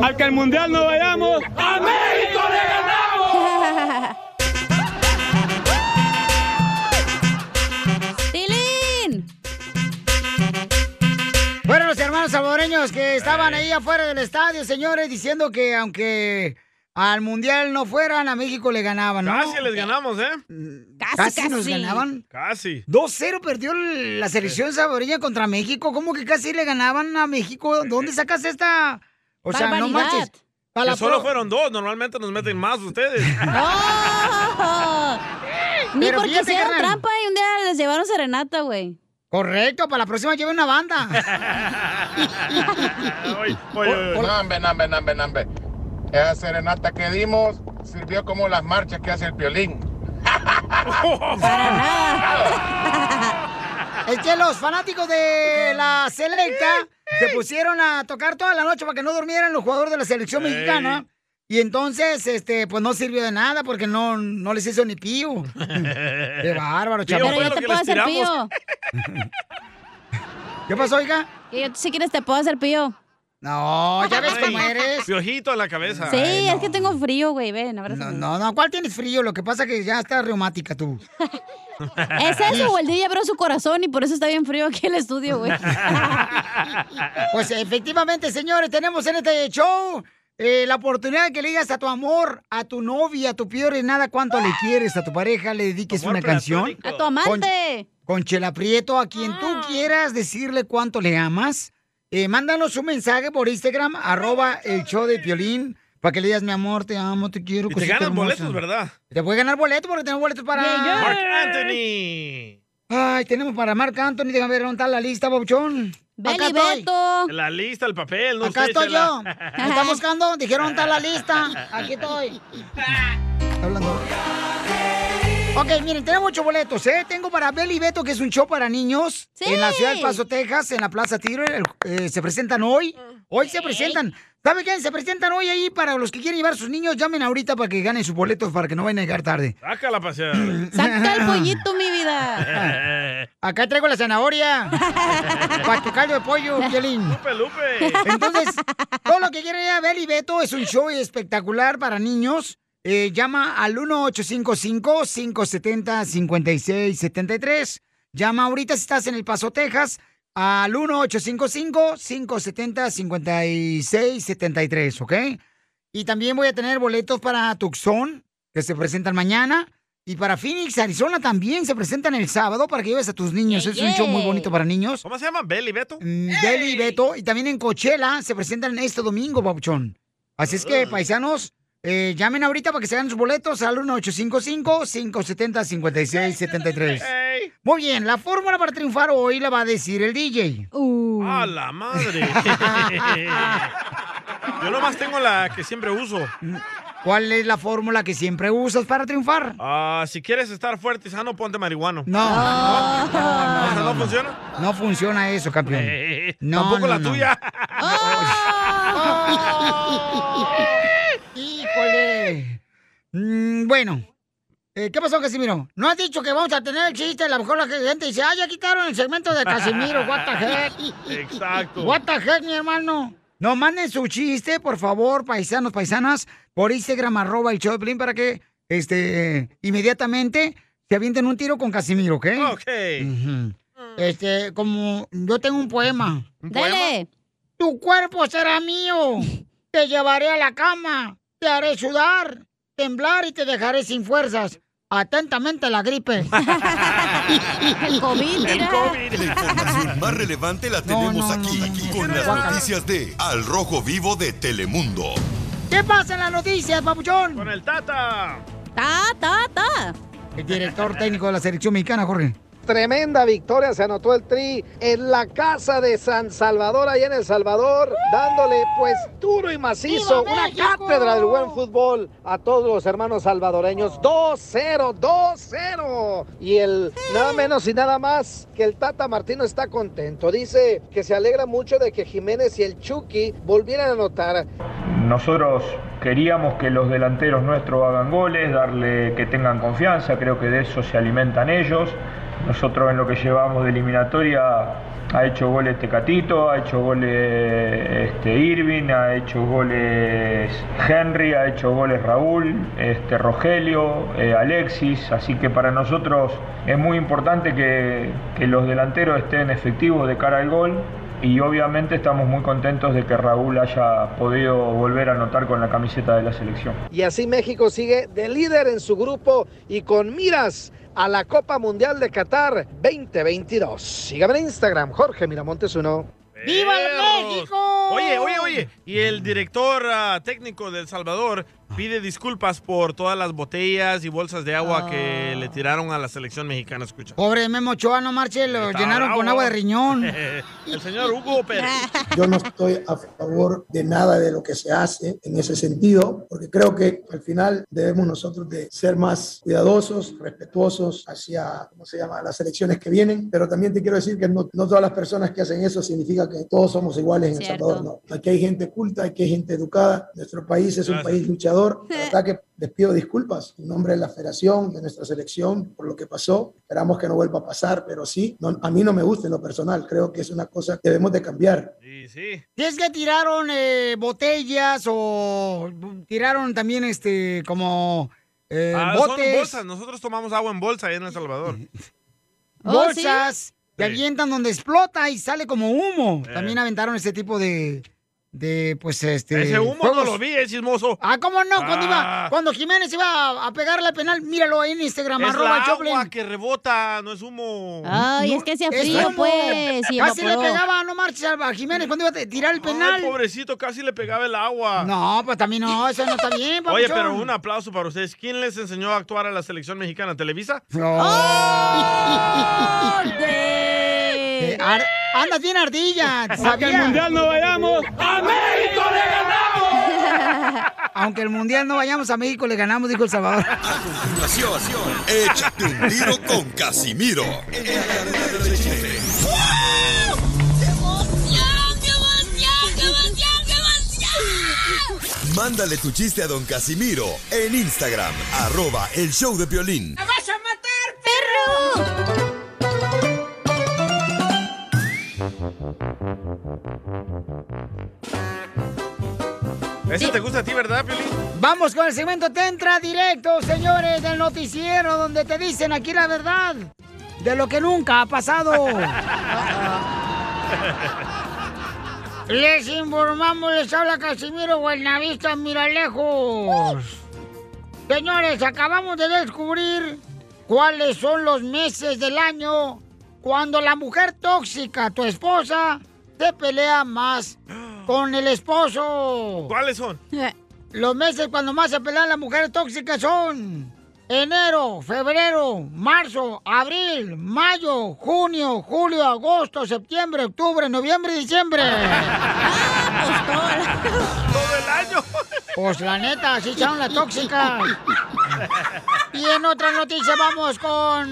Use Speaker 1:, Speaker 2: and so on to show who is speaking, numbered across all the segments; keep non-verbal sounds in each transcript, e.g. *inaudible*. Speaker 1: Al que el mundial no vayamos, ¡a México le ganamos!
Speaker 2: ¡Tilín!
Speaker 3: Fueron los hermanos salvadoreños
Speaker 4: Eh.
Speaker 3: que estaban ahí afuera del estadio, señores, diciendo que aunque al mundial no fueran, a México le ganaban, Ah, ¿no?
Speaker 4: Casi Ah, les ganamos, ¿eh?
Speaker 3: Mm, Casi, nos ganaban.
Speaker 4: Casi.
Speaker 3: 2-0 perdió el- la selección salvadoreña contra México. ¿Cómo que casi le ganaban a México? ¿Dónde sacas esta? O sea, no
Speaker 4: Barbaridad.
Speaker 3: marches. Pa' la
Speaker 4: Que solo
Speaker 3: pro-
Speaker 4: fueron dos, normalmente nos meten más
Speaker 3: *laughs*
Speaker 4: ustedes.
Speaker 2: *laughs* *laughs* Ni
Speaker 3: Pero
Speaker 2: porque
Speaker 3: fíjate,
Speaker 2: hicieron
Speaker 3: carnal.
Speaker 2: trampa y un día les llevaron serenata, güey.
Speaker 3: Correcto, para la próxima lleve una banda.
Speaker 5: Nambe, nambe, nambe, nambe. Esa serenata que dimos sirvió como las marchas que hace el violín.
Speaker 3: *laughs* Es que los fanáticos de la selecta se pusieron a tocar toda la noche para que no durmieran los jugadores de la selección
Speaker 6: Ey.
Speaker 3: mexicana. Y entonces, este, pues no sirvió de nada porque no, no les hizo ni pío. Qué bárbaro,
Speaker 2: *laughs* Pero *laughs*
Speaker 3: chaval.
Speaker 2: yo te puedo hacer pío.
Speaker 3: ¿Qué pasó, oiga?
Speaker 2: Que yo, si quieres, te puedo hacer pío.
Speaker 3: No, ya ves cómo eres.
Speaker 4: Piojito a la cabeza.
Speaker 2: Sí, es que tengo frío, güey. Ven, abrázame.
Speaker 3: No, no, ¿cuál tienes frío? Lo que pasa que ya está reumática tú.
Speaker 2: *laughs* ¿Es eso
Speaker 3: *laughs*
Speaker 2: o el DJ abrió su corazón y por eso está bien frío aquí el estudio, güey?
Speaker 3: Pues efectivamente, señores, tenemos en este show eh, la oportunidad de que le digas a tu amor, a tu novia, a tu peor y nada cuánto le quieres, a tu pareja, le dediques
Speaker 2: Amor
Speaker 3: una canción.
Speaker 2: platónico. A tu amante. Ah.
Speaker 3: Con, con Chela Prieto, a quien tú quieras decirle cuánto le amas. Eh, mándanos un mensaje por Instagram, arroba el show de Piolín, para que le digas, mi amor, te amo, te quiero.
Speaker 4: Y te
Speaker 3: cosita
Speaker 4: ganan
Speaker 3: Pues, hermosa".
Speaker 4: boletos, ¿verdad?
Speaker 3: Te voy a ganar boletos porque tenemos boletos para...
Speaker 4: Mark Anthony.
Speaker 3: Ay, tenemos para Marc Anthony. Déjame ver dónde está la lista, Bobchón. Acá estoy.
Speaker 4: La lista, el papel, no
Speaker 3: Acá
Speaker 4: sé,
Speaker 3: estoy
Speaker 4: Chela. *laughs*
Speaker 3: yo. Me están buscando. Dijeron dónde está la lista. Aquí estoy. Está hablando. Ok, miren, tenemos ocho boletos, ¿eh? Tengo para Beli Beto, que es un show para niños. En la ciudad del Paso, Texas, en la Plaza Tiro. el- eh, se presentan hoy. Hoy se presentan. ¿Saben qué? Se presentan hoy ahí para los que quieren llevar a sus niños. Llamen ahorita para que ganen sus boletos, para que no vayan a llegar tarde.
Speaker 4: Sácala, pasear.
Speaker 2: Saca
Speaker 3: *laughs*
Speaker 2: el pollito, mi vida.
Speaker 3: Acá traigo la
Speaker 4: *laughs*
Speaker 3: zanahoria. para tu caldo de pollo, Piolín.
Speaker 4: Lupe, Lupe.
Speaker 3: Entonces, todo lo que quieren ir a ver y Beto es un show espectacular para niños. Eh, llama al 1855-570-5673. Llama ahorita si estás en El Paso, Texas, al 1855-570-5673, ¿ok? Y también voy a tener boletos para Tucson, que se presentan mañana. Y para Phoenix, Arizona también se presentan el sábado para que lleves a tus niños. es un show muy
Speaker 4: yay.
Speaker 3: bonito para niños.
Speaker 4: ¿Cómo se llama? ¿Belly Beto?
Speaker 3: Deli y Beto. Y también en Coachella se presentan este domingo, Babuchón. Así es que, paisanos, eh, llamen ahorita para que se hagan sus boletos al 1855-570-5673. Muy bien, la fórmula para triunfar hoy la va a decir el DJ.
Speaker 4: ¡A *laughs* la madre! *laughs* Yo nomás tengo la que siempre uso.
Speaker 3: ¿Cuál es la fórmula que siempre usas para triunfar?
Speaker 4: Ah, si quieres estar fuerte y sano, ponte marihuano.
Speaker 3: No. Ah,
Speaker 4: ¿No? ¿Esa no,
Speaker 3: no, no.
Speaker 4: funciona?
Speaker 3: No funciona eso, campeón.
Speaker 4: Eh,
Speaker 3: No,
Speaker 4: tampoco
Speaker 3: no,
Speaker 4: la
Speaker 3: no.
Speaker 4: tuya.
Speaker 3: ¡Híjole! Mm, bueno, Eh, ¿qué pasó, Casimiro? ¿No has dicho que vamos a tener el chiste? A lo mejor la gente dice, ah, ya quitaron el segmento de Casimiro,
Speaker 4: *laughs*
Speaker 3: what the heck.
Speaker 4: Exacto.
Speaker 3: What the heck, mi hermano. No manden su chiste, por favor, paisanos, paisanas, por Instagram, arroba el show de Piolín, para que este, eh, inmediatamente se avienten un tiro con Casimiro, ¿ok?
Speaker 4: Ok.
Speaker 3: Ujú. Este, como yo tengo un poema.
Speaker 2: Dale.
Speaker 3: Tu cuerpo será mío. Te llevaré a la cama. Te haré sudar, temblar y te dejaré sin fuerzas. Atentamente la gripe. El
Speaker 2: COVID,
Speaker 7: El COVID. La información más relevante la tenemos aquí, aquí, con las
Speaker 3: Guácala.
Speaker 7: noticias de Al Rojo Vivo de Telemundo.
Speaker 3: ¿Qué pasa en las noticias, papuchón?
Speaker 4: Con el Tata.
Speaker 2: Ta, ta, ta.
Speaker 3: El director técnico de la selección mexicana, Jorge.
Speaker 8: Tremenda victoria se anotó el Tri en la casa de San Salvador, allá en El Salvador, dándole pues duro y macizo
Speaker 9: ¡Viva
Speaker 8: una
Speaker 9: México!
Speaker 8: cátedra del buen fútbol a todos los hermanos salvadoreños. 2-0, 2-0. Y el nada menos y nada más que el Tata Martino está contento. Dice que se alegra mucho de que Jiménez y el Chucky volvieran a anotar.
Speaker 10: Nosotros queríamos que los delanteros nuestros hagan goles, darle que tengan confianza, creo que de eso se alimentan ellos. Nosotros en lo que llevamos de eliminatoria
Speaker 11: Ha hecho goles Tecatito, ha hecho goles este, Irving, ha hecho goles Henry, ha hecho goles Raúl, este, Rogelio, eh, Alexis. Así que para nosotros es muy importante que, que los delanteros estén efectivos de cara al gol. Y obviamente estamos muy contentos de que Raúl haya podido volver a anotar con la camiseta de la selección.
Speaker 8: Y así México sigue de líder en su grupo y con miras a la Copa Mundial de Qatar 2022. Sígame en Instagram, Jorge Miramontes 1.
Speaker 3: ¡Viva México!
Speaker 4: Oye, oye, oye. Y el director ah, técnico de El Salvador pide disculpas por todas las botellas y bolsas de agua
Speaker 3: Ah.
Speaker 4: que le tiraron a la selección mexicana.
Speaker 3: *laughs*
Speaker 4: Escucha.
Speaker 3: Pobre Memo Ochoa, no marche, lo
Speaker 4: Está
Speaker 3: llenaron con
Speaker 4: bravo.
Speaker 3: agua de
Speaker 4: *laughs*
Speaker 3: riñón.
Speaker 4: el señor Hugo Pérez.
Speaker 6: Yo no estoy a favor de nada de lo que se hace en ese sentido, porque creo que al final debemos nosotros de ser más cuidadosos, respetuosos hacia, ¿cómo se llama?, las elecciones que vienen, pero también te quiero decir que no, no todas las personas que hacen eso significa que todos somos iguales en
Speaker 12: Cierto.
Speaker 6: El Salvador, no. Aquí hay gente culta, aquí hay gente educada, nuestro país es un
Speaker 4: Gracias.
Speaker 6: país luchador, la verdad que les pido disculpas en nombre de la federación, de nuestra selección, por lo que pasó, esperamos que no vuelva a pasar, pero sí, no- a mí no me gusta en lo personal, creo que es una cosa que debemos de cambiar,
Speaker 4: Sí, sí.
Speaker 3: Si es que tiraron eh, botellas o tiraron también este como eh,
Speaker 4: Ah, son
Speaker 3: botes,
Speaker 4: bolsas. Nosotros tomamos agua en bolsa ahí en El Salvador.
Speaker 3: Eh,
Speaker 12: Oh,
Speaker 3: bolsas que
Speaker 4: Sí. Eh.
Speaker 3: avientan donde explota y sale como humo. También aventaron ese tipo de de pues este
Speaker 4: Ese humo
Speaker 3: juegos.
Speaker 4: no lo vi, es chismoso.
Speaker 3: Ah, ¿cómo no? Cuando,
Speaker 4: Ah.
Speaker 3: iba, cuando Jiménez iba a- a pegarle al penal, míralo ahí en Instagram,
Speaker 4: es
Speaker 3: arroba
Speaker 4: la
Speaker 3: Choplin.
Speaker 4: agua que rebota, no es humo.
Speaker 12: Ay, es que hacía
Speaker 3: Es
Speaker 12: frío,
Speaker 3: humo.
Speaker 12: pues. Y
Speaker 3: Casi le
Speaker 12: evaporó.
Speaker 3: pegaba, no marches a a Jiménez cuando iba a tirar el
Speaker 4: Ay,
Speaker 3: penal.
Speaker 4: pobrecito, casi le pegaba el agua.
Speaker 3: no, pues también no, eso no está bien,
Speaker 4: *laughs* Oye,
Speaker 3: papuchón.
Speaker 4: pero un aplauso para ustedes. ¿Quién les enseñó a actuar a la selección mexicana? ¿Televisa?
Speaker 3: ¡Oh! ¡Ay!
Speaker 12: ¡Hombre!
Speaker 3: Eh, *laughs* ar- andas bien ardilla,
Speaker 1: A que el
Speaker 3: sabía.
Speaker 1: mundial no vayamos, ¡a México le ganamos!
Speaker 3: Aunque el mundial no vayamos a México, le ganamos, dijo El
Speaker 4: *laughs*
Speaker 3: Salvador.
Speaker 7: Continuación, échate un tiro con Casimiro. En la cadena de chiste. Mándale tu chiste a don Casimiro en Instagram, arroba el show de violín.
Speaker 4: ¿Ese te gusta a ti, verdad, Piolín?
Speaker 3: Vamos con el segmento Tentra Directo, señores, del noticiero, donde te dicen aquí la verdad de lo que nunca ha
Speaker 4: *laughs*
Speaker 3: pasado.
Speaker 2: *laughs*
Speaker 3: les informamos, les habla Casimiro Buenavista Miralejos. Señores, acabamos de descubrir cuáles son los meses del año cuando la mujer tóxica, tu esposa, te pelea más con el esposo.
Speaker 4: ¿Cuáles son?
Speaker 3: Los meses cuando más se pelean las mujeres tóxicas son enero, febrero, marzo, abril, mayo, junio, julio, agosto, septiembre, octubre, noviembre y
Speaker 4: *laughs*
Speaker 3: diciembre.
Speaker 4: Todo el año.
Speaker 3: Pues la neta, así son las tóxicas. Y en otra noticia vamos con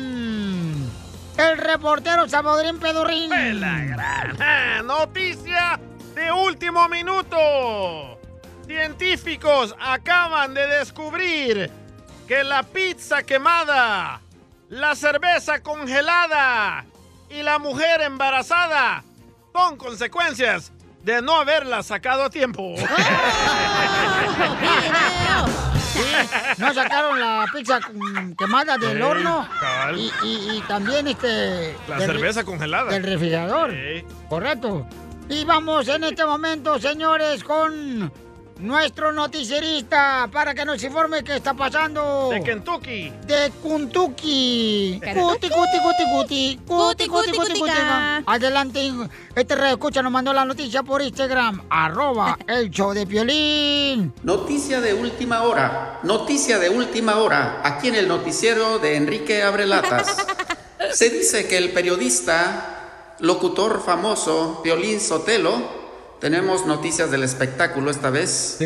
Speaker 3: el reportero Salvadorín Pedurrín.
Speaker 4: la gran ah, noticia de último minuto. Científicos acaban de descubrir que la pizza quemada, la cerveza congelada y la mujer embarazada son consecuencias de no haberla sacado
Speaker 2: *laughs*
Speaker 4: a tiempo.
Speaker 2: Ah,
Speaker 3: No sacaron la pizza mm, quemada del
Speaker 4: Ey,
Speaker 3: horno.
Speaker 4: cabal.
Speaker 3: Y, y- y también este.
Speaker 4: La
Speaker 3: del-
Speaker 4: cerveza congelada.
Speaker 3: Del refrigerador.
Speaker 4: Ey.
Speaker 3: Correcto. Y vamos en este momento, señores, con nuestro noticierista para que nos informe qué está pasando.
Speaker 4: De Kentucky.
Speaker 3: De Kuntuki. Cuti, cuti,
Speaker 12: Kentucky.
Speaker 3: cuti, cuti. Cuti, cuti,
Speaker 12: Cuti, cuti,
Speaker 3: cuti, cuti.
Speaker 12: cutica.
Speaker 3: Adelante. Este radio escucha nos mandó la noticia por Instagram. Arroba el show de Piolín.
Speaker 13: Noticia de última hora, noticia de última hora, aquí en el noticiero de Enrique Abrelatas. Se dice que el periodista, locutor famoso, Violín Sotelo, tenemos noticias del espectáculo esta vez.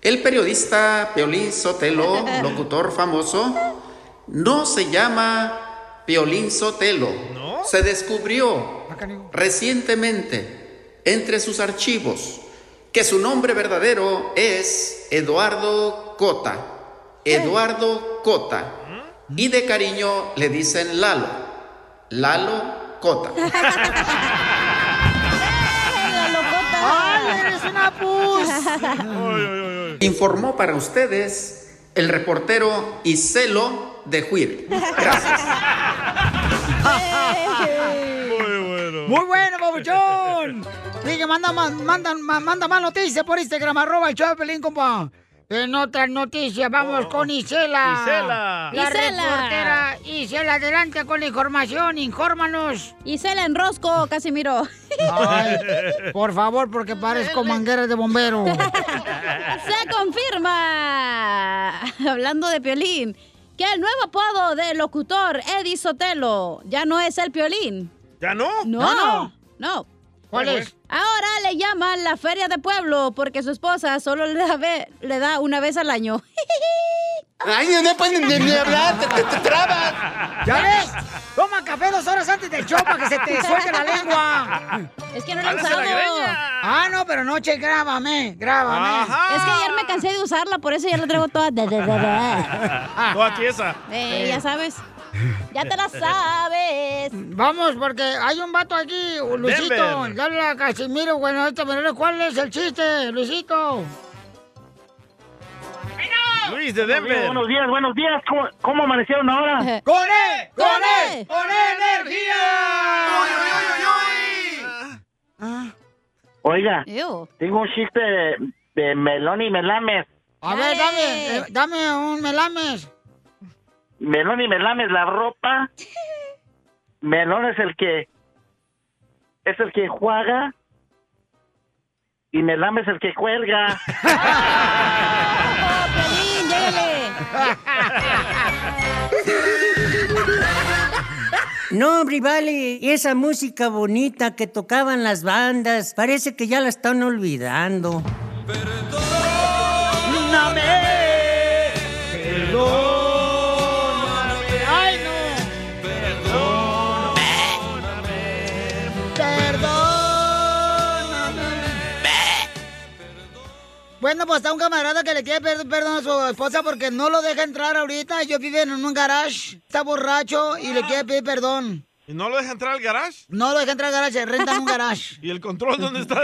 Speaker 13: El periodista Piolín Sotelo, locutor famoso, no se llama Piolín Sotelo. Se descubrió recientemente entre sus archivos que su nombre verdadero es Eduardo Cota. Eduardo Cota.
Speaker 1: ¿Mm?
Speaker 13: Y de cariño le dicen Lalo. Lalo Cota.
Speaker 3: ¡Ay, eres una pus!
Speaker 9: Informó para ustedes el reportero Iselo de Juir.
Speaker 3: Muy bueno. Muy bueno, babuchón. Dije, manda, más- manda, ma- manda más noticias por Instagram, arroba el show de Pelín, compa. En otras noticias, vamos con Isela.
Speaker 1: Isela.
Speaker 3: La
Speaker 2: Isela.
Speaker 3: reportera Isela, adelante con la
Speaker 2: *laughs*
Speaker 3: información, infórmanos.
Speaker 2: Isela en Rosco, Casimiro.
Speaker 3: Ay, por favor, porque parezco manguera de bombero.
Speaker 2: Se confirma, *laughs* hablando de Piolín, que el nuevo apodo del locutor Eddie Sotelo ya no es el Piolín.
Speaker 4: ¿Ya no? *laughs*
Speaker 2: No,
Speaker 4: ¿Ya
Speaker 2: no.
Speaker 4: ¿Cuál es?
Speaker 2: Ahora le llaman la feria de pueblo porque su esposa solo le da, ve- le da una vez al año.
Speaker 1: Ay, no pueden ni, ni hablar, te, te, te trabas.
Speaker 3: ¿Ya ves? Toma café dos horas antes del show para que se
Speaker 2: *laughs*
Speaker 3: te suelte la lengua.
Speaker 2: Es que no
Speaker 3: lo
Speaker 2: la he usado.
Speaker 3: Ah, no, pero noche, grábame, grábame.
Speaker 2: Ajá. Es que ayer me cansé de usarla, por eso ya la traigo toda. de- de- de- de.
Speaker 3: *laughs*
Speaker 4: Toda tiesa.
Speaker 2: Eh, ya sabes. Ya te la
Speaker 4: Eh,
Speaker 2: sabes.
Speaker 3: Vamos, porque hay un vato aquí, Luisito.
Speaker 2: Denver.
Speaker 3: Le habla a Casimiro, bueno, esta manera, ¿cuál es el chiste, Luisito?
Speaker 4: Luis de Denver.
Speaker 14: Buenos días, buenos días. ¿Cómo, cómo amanecieron ahora?
Speaker 3: ¡Con él!
Speaker 1: ¡Con
Speaker 15: E,
Speaker 1: él!
Speaker 3: ¡Con energía!
Speaker 14: Oiga,
Speaker 2: Ew.
Speaker 14: tengo un chiste de, de melón y melames.
Speaker 3: A ver, dame, eh, dame un melames.
Speaker 14: Melón y melames la ropa. Melón es el que es el que juega y melames es el que cuelga.
Speaker 2: Pelín, llégale.
Speaker 16: No, hombre, vale, esa música bonita que tocaban las bandas, parece que ya la están olvidando.
Speaker 1: Perdóname. Perdóname.
Speaker 3: ¡Ay, no!
Speaker 1: Perdóname.
Speaker 3: Perdóname. Bueno, pues está un camarada que le quiere pedir perdón a su esposa porque no lo deja entrar ahorita. Ellos viven en un garage, está borracho y le quiere pedir perdón.
Speaker 4: ¿Y no lo deja entrar al garage?
Speaker 3: No lo deja entrar al garage, rentan un garage.
Speaker 4: *laughs* ¿Y el control
Speaker 3: *laughs*
Speaker 4: dónde está?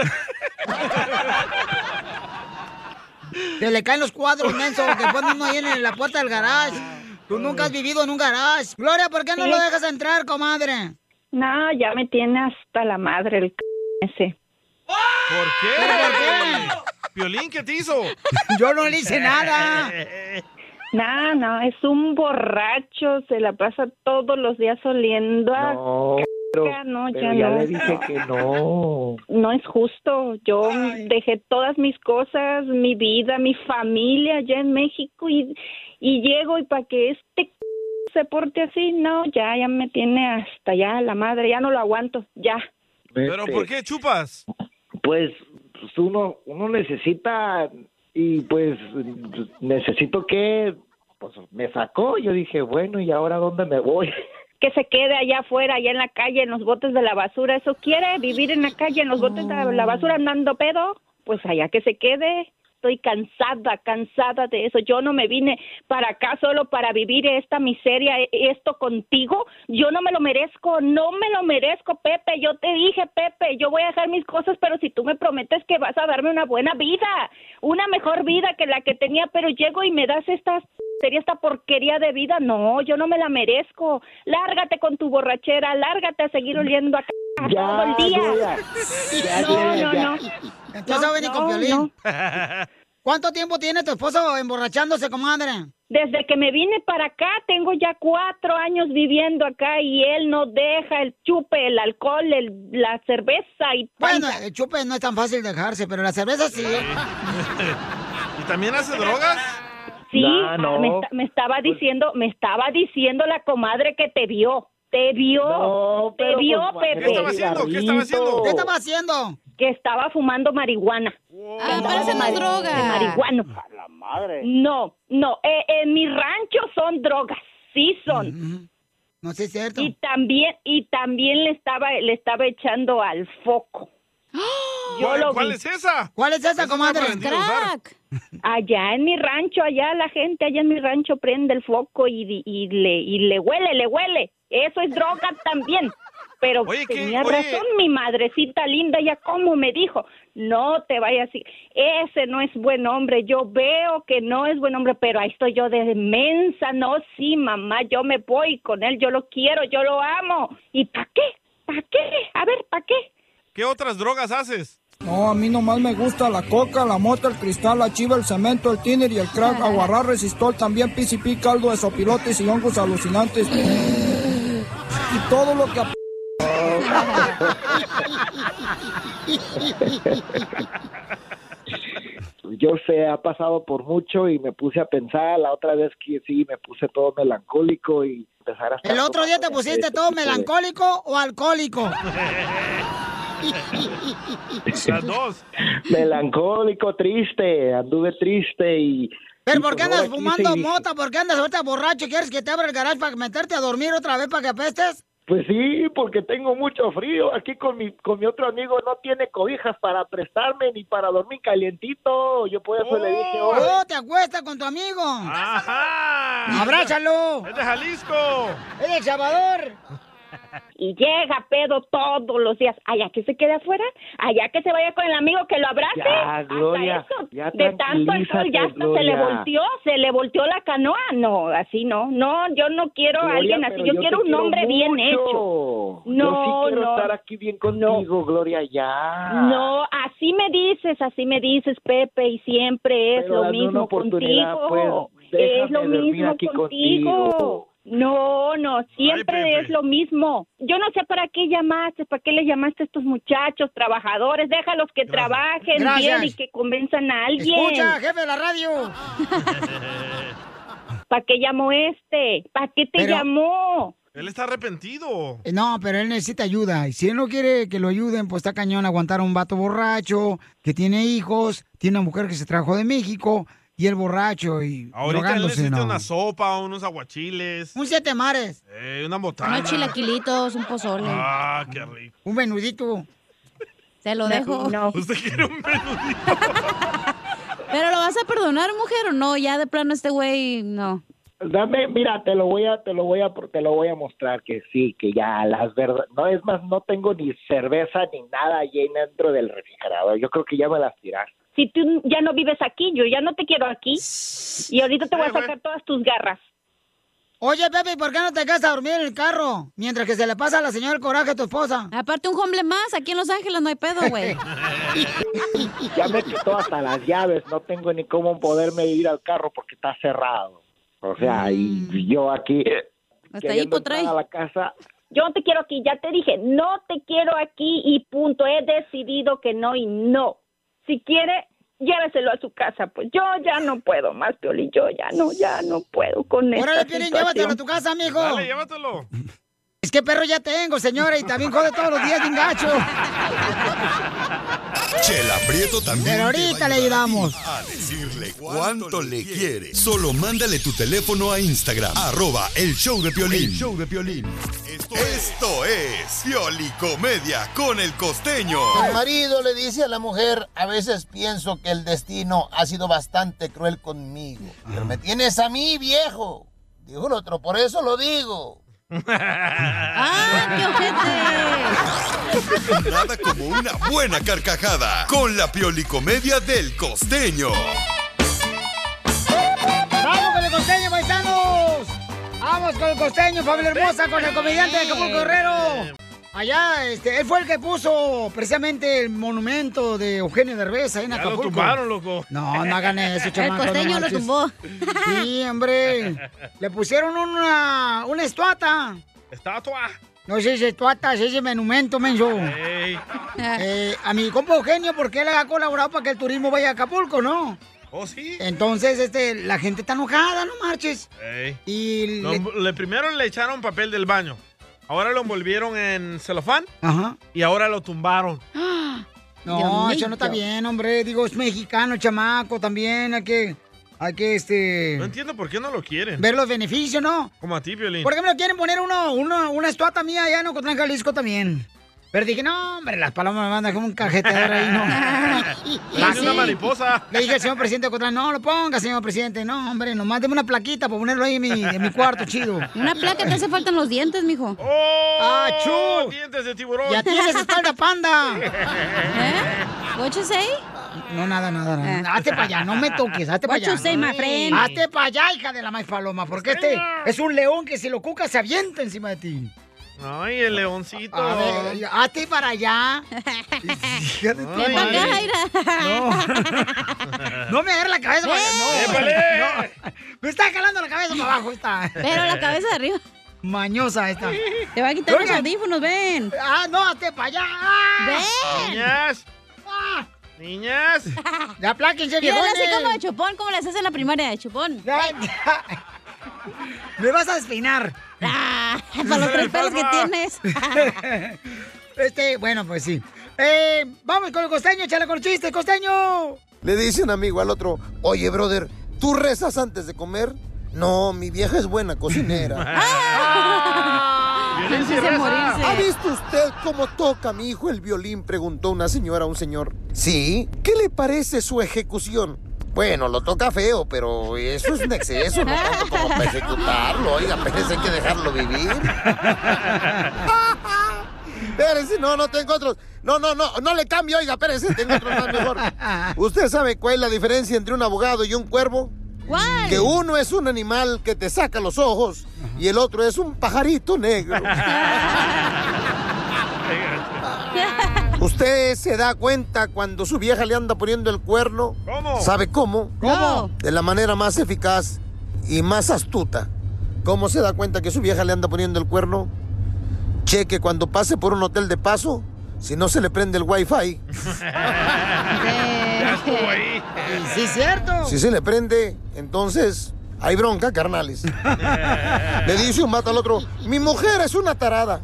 Speaker 3: Que le caen los cuadros, menso, que ponen uno ahí en la puerta del garage. Tú nunca has vivido en un garage. Gloria, ¿por qué no
Speaker 17: Sí.
Speaker 3: lo dejas entrar, comadre?
Speaker 17: No, ya me tiene hasta la madre el c ese.
Speaker 4: ¿Por qué? ¿Piolín qué te hizo?
Speaker 3: Yo no le hice nada.
Speaker 17: No, no, es un borracho, se la pasa todos los días oliendo a
Speaker 8: No, pero,
Speaker 17: c- no,
Speaker 8: pero
Speaker 17: Ah, ya
Speaker 8: ya
Speaker 17: no.
Speaker 8: le dije que
Speaker 17: *laughs*
Speaker 8: no.
Speaker 17: No es justo. Yo dejé todas mis cosas, mi vida, mi familia allá en México y, y llego y para que este c- se porte así, no, ya, ya me tiene hasta ya la madre, ya no lo aguanto, ya.
Speaker 4: ¿Pero por qué chupas?
Speaker 8: Este, Pues, pues, uno, uno necesita y pues necesito que pues me sacó. Yo dije, bueno, ¿y ahora dónde me voy? *laughs*
Speaker 17: que se quede allá afuera, allá en la calle, en los botes de la basura. ¿Eso quiere? ¿Vivir en la calle, en los botes de la basura, andando pedo? Pues allá que se quede. Estoy cansada, cansada de eso. Yo no me vine para acá solo para vivir esta miseria, e- esto contigo. Yo no me lo merezco, no me lo merezco, Pepe. Yo te dije, Pepe, yo voy a dejar mis cosas, pero si tú me prometes que vas a darme una buena vida, una mejor vida que la que tenía, pero llego y me das estas sería esta porquería de vida. No, yo no me la merezco. Lárgate con tu borrachera, lárgate a seguir oliendo a c- todo el día.
Speaker 3: Ya,
Speaker 17: no,
Speaker 3: ya,
Speaker 17: no,
Speaker 3: ya.
Speaker 17: no.
Speaker 3: Entonces va a venir con
Speaker 17: no,
Speaker 3: Piolín. *laughs*
Speaker 17: no.
Speaker 3: ¿Cuánto tiempo tiene tu esposo emborrachándose, comadre?
Speaker 17: Desde que me vine para acá, tengo ya cuatro años viviendo acá y él no deja el chupe, el alcohol, el- la cerveza y
Speaker 3: Bueno, el chupe no es tan fácil dejarse, pero la cerveza sí.
Speaker 4: ¿Y también hace drogas?
Speaker 17: Sí, ah,
Speaker 4: No, no.
Speaker 17: Me, esta- me estaba
Speaker 1: Pues
Speaker 17: diciendo, me estaba diciendo la comadre que te vio. Te vio, te
Speaker 1: pero,
Speaker 17: vio,
Speaker 1: pues, ¿qué
Speaker 17: Pepe.
Speaker 1: estaba haciendo? ¿Qué estaba haciendo?
Speaker 3: ¿Qué estaba haciendo?
Speaker 17: Que estaba fumando marihuana. Ah, parece más droga. Marihuana.
Speaker 14: La madre.
Speaker 17: No, no, eh, en mi rancho son drogas, sí son.
Speaker 3: No sé, cierto.
Speaker 17: Y también, y también le estaba, le estaba echando al foco.
Speaker 4: ¿Cuál- cuál
Speaker 17: vi.
Speaker 4: es esa?
Speaker 3: ¿Cuál es esa, comadre?
Speaker 17: Allá en mi rancho, allá la gente, allá en mi rancho prende el foco y, di- y le, y le huele, le huele. Eso es droga también. Pero tenía
Speaker 1: oye.
Speaker 17: razón mi madrecita linda, ya como me dijo, no te vayas. así. Ese no es buen hombre. Yo veo que no es buen hombre, pero ahí estoy yo de mensa. No, sí, mamá, yo me voy con él. Yo lo quiero, yo lo amo. ¿Y para qué? ¿Para qué? A ver, ¿para qué?
Speaker 4: ¿Qué otras drogas haces?
Speaker 18: No, a mí nomás me gusta la coca, la mota, el cristal, la chiva, el cemento, el tiner y el crack, aguarrar, resistol, también PCP, caldo de sopilotes y hongos alucinantes. Y todo lo que... ap-
Speaker 15: Yo sé, ha pasado por mucho y me puse a pensar. La otra vez que sí, me puse todo melancólico y empezar a... estar
Speaker 3: ¿El otro día te
Speaker 15: tomando
Speaker 3: pusiste
Speaker 15: este
Speaker 4: *laughs*
Speaker 3: todo
Speaker 15: tipo de-
Speaker 3: melancólico o alcohólico?
Speaker 4: Las dos.
Speaker 15: Melancólico, triste, anduve triste y...
Speaker 3: ¿Pero
Speaker 15: y
Speaker 3: por qué
Speaker 15: pues
Speaker 3: andas
Speaker 15: ahora quise y
Speaker 3: fumando
Speaker 15: dije,
Speaker 3: mota? ¿Por qué andas ahorita borracho? ¿Quieres que te abra el garage para meterte a dormir otra vez para que apestes?
Speaker 15: Pues sí, porque tengo mucho frío. Aquí con mi, con mi otro amigo no tiene cobijas para prestarme ni para dormir calientito. Yo por eso le dije... "Órale".
Speaker 3: ¡Oh, te acuestas con tu amigo!
Speaker 4: ¡Ajá!
Speaker 3: ¡Abrázalo!
Speaker 4: ¡Es de Jalisco!
Speaker 3: ¡Es de El Salvador!
Speaker 17: Y llega pedo todos los días. Allá que se quede afuera, allá que se vaya con el amigo que lo abrace.
Speaker 15: Ya,
Speaker 17: Hasta
Speaker 15: Gloria,
Speaker 17: eso,
Speaker 15: ya
Speaker 17: de tanto alcohol ya
Speaker 15: tranquilízate,
Speaker 17: hasta se le
Speaker 15: Gloria.
Speaker 17: volteó, se le volteó la canoa. No, así no. No, yo no quiero a
Speaker 15: Gloria,
Speaker 17: alguien así.
Speaker 15: pero
Speaker 17: Yo,
Speaker 15: te
Speaker 17: quiero un hombre bien
Speaker 15: mucho.
Speaker 17: hecho.
Speaker 15: yo
Speaker 17: No,
Speaker 15: sí quiero
Speaker 17: no.
Speaker 15: estar aquí bien contigo, Gloria, ya.
Speaker 17: No, así me dices, así me dices, Pepe, y siempre es
Speaker 15: Pero
Speaker 17: lo
Speaker 15: dame una
Speaker 17: mismo
Speaker 15: oportunidad,
Speaker 17: contigo.
Speaker 15: pues,
Speaker 17: es
Speaker 15: déjame
Speaker 17: lo
Speaker 15: dormir
Speaker 17: mismo
Speaker 15: aquí
Speaker 17: contigo.
Speaker 15: contigo.
Speaker 17: No, no, siempre
Speaker 15: Pepe.
Speaker 17: es lo mismo. Yo no sé para qué llamaste, para qué le llamaste a estos muchachos trabajadores. Déjalos que trabajen
Speaker 3: Gracias.
Speaker 17: bien y que convenzan a alguien.
Speaker 3: ¡Escucha, jefe de la radio!
Speaker 17: ¿Para qué llamó este? ¿Para qué te
Speaker 3: Pero-
Speaker 17: llamó?
Speaker 4: Él está arrepentido.
Speaker 3: Eh, No, pero él necesita ayuda. Y si él no quiere que lo ayuden, pues está cañón aguantar a un vato borracho, que tiene hijos, tiene una mujer que se trajo de México, y el borracho y
Speaker 4: Ahorita él
Speaker 3: drogándose,
Speaker 4: necesita
Speaker 3: no.
Speaker 4: una sopa, unos aguachiles,
Speaker 3: Un siete mares,
Speaker 4: eh, una botana.
Speaker 2: Unos chilaquilitos, un pozole.
Speaker 4: Ah, qué rico.
Speaker 3: un menudito.
Speaker 2: Te lo dejo.
Speaker 4: ¿Usted quiere un menudito?
Speaker 2: Pero lo vas a perdonar, mujer, o no? Ya de plano este güey, no.
Speaker 15: Dame, mira, te lo voy a, te lo voy a, te lo voy a mostrar que sí, que ya las verdad, no es más, no tengo ni cerveza ni nada llena dentro del refrigerador. Yo creo que ya me las tiraste.
Speaker 17: Si tú ya no vives aquí, yo ya no te quiero aquí. Y ahorita te voy a sacar todas tus garras.
Speaker 3: Oye, Pepe, ¿por qué no te quedas a dormir en el carro? Mientras que se le pasa a la señora el coraje a tu esposa.
Speaker 2: Aparte, un hombre más. Aquí en Los Ángeles no hay pedo,
Speaker 3: *laughs*
Speaker 2: güey.
Speaker 15: Ya me quitó hasta las llaves. No tengo ni cómo poderme ir al carro porque está cerrado. O sea, y yo aquí eh,
Speaker 17: Hasta
Speaker 15: ahí, queriendo entrar a la casa.
Speaker 17: Yo no te quiero aquí, ya te dije, no te quiero aquí y punto. He decidido que no y no. Si quiere, lléveselo a su casa. Pues yo ya no puedo más, Piolín. Yo ya no, ya no puedo con esta
Speaker 3: Órale, Piolín,
Speaker 17: situación.
Speaker 3: llévatelo a tu casa, amigo.
Speaker 4: Dale, llévatelo.
Speaker 3: Es que perro ya tengo, señora, y también jode todos los días, bien gacho.
Speaker 7: Chela Prieto también.
Speaker 3: Pero ahorita le ayudamos.
Speaker 7: A decirle cuánto le quiere. Solo mándale tu teléfono a Instagram. Arroba el show de Piolín.
Speaker 19: El
Speaker 7: show de Piolín. Esto, esto es Pioli Comedia con el costeño.
Speaker 19: El marido le dice a la mujer, a veces pienso que el destino ha sido bastante cruel conmigo. Pero me tienes a mí, viejo. Dijo el otro, por eso lo digo.
Speaker 3: Ah,
Speaker 7: Nada como una buena carcajada con la Pioli Comedia del costeño.
Speaker 3: ¡Vamos con el costeño, paisanos! ¡Vamos con el costeño, familia hermosa, con el comediante de Acapulco Guerrero! Allá, este, él fue el que puso precisamente el monumento de Eugenio Derbez ahí en
Speaker 4: Ya
Speaker 3: Acapulco.
Speaker 4: lo tumbaron, loco.
Speaker 3: No, no hagan eso, chamaco.
Speaker 2: costeño lo tumbó.
Speaker 3: Sí, hombre. Le pusieron una, una estuata.
Speaker 4: Estatua.
Speaker 3: No sé si estuata, si es monumento,
Speaker 4: *laughs*
Speaker 3: menso.
Speaker 4: Ey.
Speaker 3: Eh, a mi compa Eugenio, porque él ha colaborado para que el turismo vaya a Acapulco, ¿no?
Speaker 4: Oh, sí.
Speaker 3: Entonces, este, la gente está enojada, no marches.
Speaker 4: Ey.
Speaker 3: Y
Speaker 4: Lo
Speaker 3: le-
Speaker 4: env- le- primero le echaron papel del baño. Ahora lo envolvieron en celofán.
Speaker 3: Ajá.
Speaker 4: Y ahora lo tumbaron.
Speaker 3: No,
Speaker 4: Dios
Speaker 3: eso no está
Speaker 4: mío.
Speaker 3: bien, hombre. Digo, es mexicano, chamaco, también. Hay que, hay que, este,
Speaker 4: No entiendo por qué no lo quieren.
Speaker 3: ver los beneficios, ¿no?
Speaker 4: Como a ti, Piolín.
Speaker 3: Por ejemplo, quieren poner uno, uno- una estatua mía allá en Ocotlán, Jalisco también. Pero dije, no, hombre, las palomas me mandan como un cajeteador
Speaker 17: *laughs*
Speaker 3: ahí,
Speaker 4: *laughs*
Speaker 3: no.
Speaker 4: Le hace una mariposa.
Speaker 3: Le dije al señor presidente de Ocotlán, no lo ponga, señor presidente. No, hombre, nomás deme una plaquita para ponerlo ahí en mi, en mi cuarto, chido.
Speaker 2: Una placa te hace falta en los dientes, mijo.
Speaker 4: ¡Oh!
Speaker 3: ¡Achú!
Speaker 2: *laughs*
Speaker 4: Dientes de tiburón. *laughs*
Speaker 3: ¡Ya tienes espalda panda!
Speaker 2: What you say?
Speaker 3: No, nada, nada, nada.
Speaker 2: Ah.
Speaker 3: Hazte para allá, no me toques, hazte para
Speaker 2: What
Speaker 3: allá.
Speaker 2: you say, my friend?
Speaker 3: Hazte para allá, hija de la maíz paloma, porque este es un león que si lo cuca se avienta encima de ti.
Speaker 4: Ay, el leoncito.
Speaker 2: Oh.
Speaker 3: A ver, hazte para
Speaker 2: *laughs*
Speaker 3: allá. Hija de tu
Speaker 4: Ven pa'
Speaker 3: madre.
Speaker 4: acá,
Speaker 3: *laughs* No. No me agarre la cabeza para
Speaker 1: ¡Ey!
Speaker 2: ¡Eh!
Speaker 3: no.
Speaker 1: ¡Épale!
Speaker 3: No. Me está jalando la
Speaker 2: *laughs*
Speaker 3: cabeza para abajo esta.
Speaker 2: Pero la cabeza de arriba.
Speaker 3: Mañosa esta.
Speaker 2: Te va a quitar los
Speaker 3: Oigan.
Speaker 2: audífonos, ven.
Speaker 3: Ah, no, hazte para allá. Ah.
Speaker 2: Ven.
Speaker 4: Niñas. Niñas.
Speaker 3: Ya apláquense,
Speaker 2: Mira, le
Speaker 3: viejones. Este
Speaker 2: hace como de chupón, como le haces en la primaria de chupón.
Speaker 3: Me vas a
Speaker 2: *laughs*
Speaker 3: despeinar.
Speaker 2: Ah, para
Speaker 3: *laughs*
Speaker 2: los tres pelos que tienes.
Speaker 3: este, bueno, pues sí. Eh, vamos con el costeño, chale con el chiste, costeño.
Speaker 19: Le dice un amigo al otro, oye, brother, ¿tú rezas antes de comer? No, mi vieja es buena cocinera.
Speaker 1: Violencia Antes de reza. morirse.
Speaker 19: ¿Ha
Speaker 3: ¡Ah,
Speaker 19: visto usted cómo toca mi hijo el violín? Preguntó una señora a un señor. Sí, ¿qué le parece su ejecución? Bueno, lo toca feo, pero eso es un
Speaker 12: *laughs*
Speaker 19: exceso, no tanto como para ejecutarlo. Oiga, parece hay que dejarlo vivir. Espérese, no, no tengo otros. No, no, no, no le cambio, oiga, espérese, tengo otros más mejor. ¿Usted sabe cuál es la diferencia entre un abogado y un cuervo?
Speaker 2: ¿Cuál?
Speaker 19: Que uno es un animal que te saca los ojos y el otro es un pajarito negro. ¿Usted se da cuenta cuando su vieja le anda poniendo el cuerno?
Speaker 4: ¿Cómo?
Speaker 19: ¿Sabe cómo?
Speaker 4: ¿Cómo?
Speaker 19: De la manera más eficaz y más astuta. ¿Cómo se da cuenta que su vieja le anda poniendo el cuerno? Cheque cuando pase por un hotel de paso, si no se le prende el wifi.
Speaker 4: *laughs* Ya estuvo ahí. *laughs*
Speaker 3: Sí, es cierto.
Speaker 19: Si se le prende, entonces hay bronca,
Speaker 3: *laughs*
Speaker 19: carnales. Le dice un vato al otro, mi mujer es una tarada.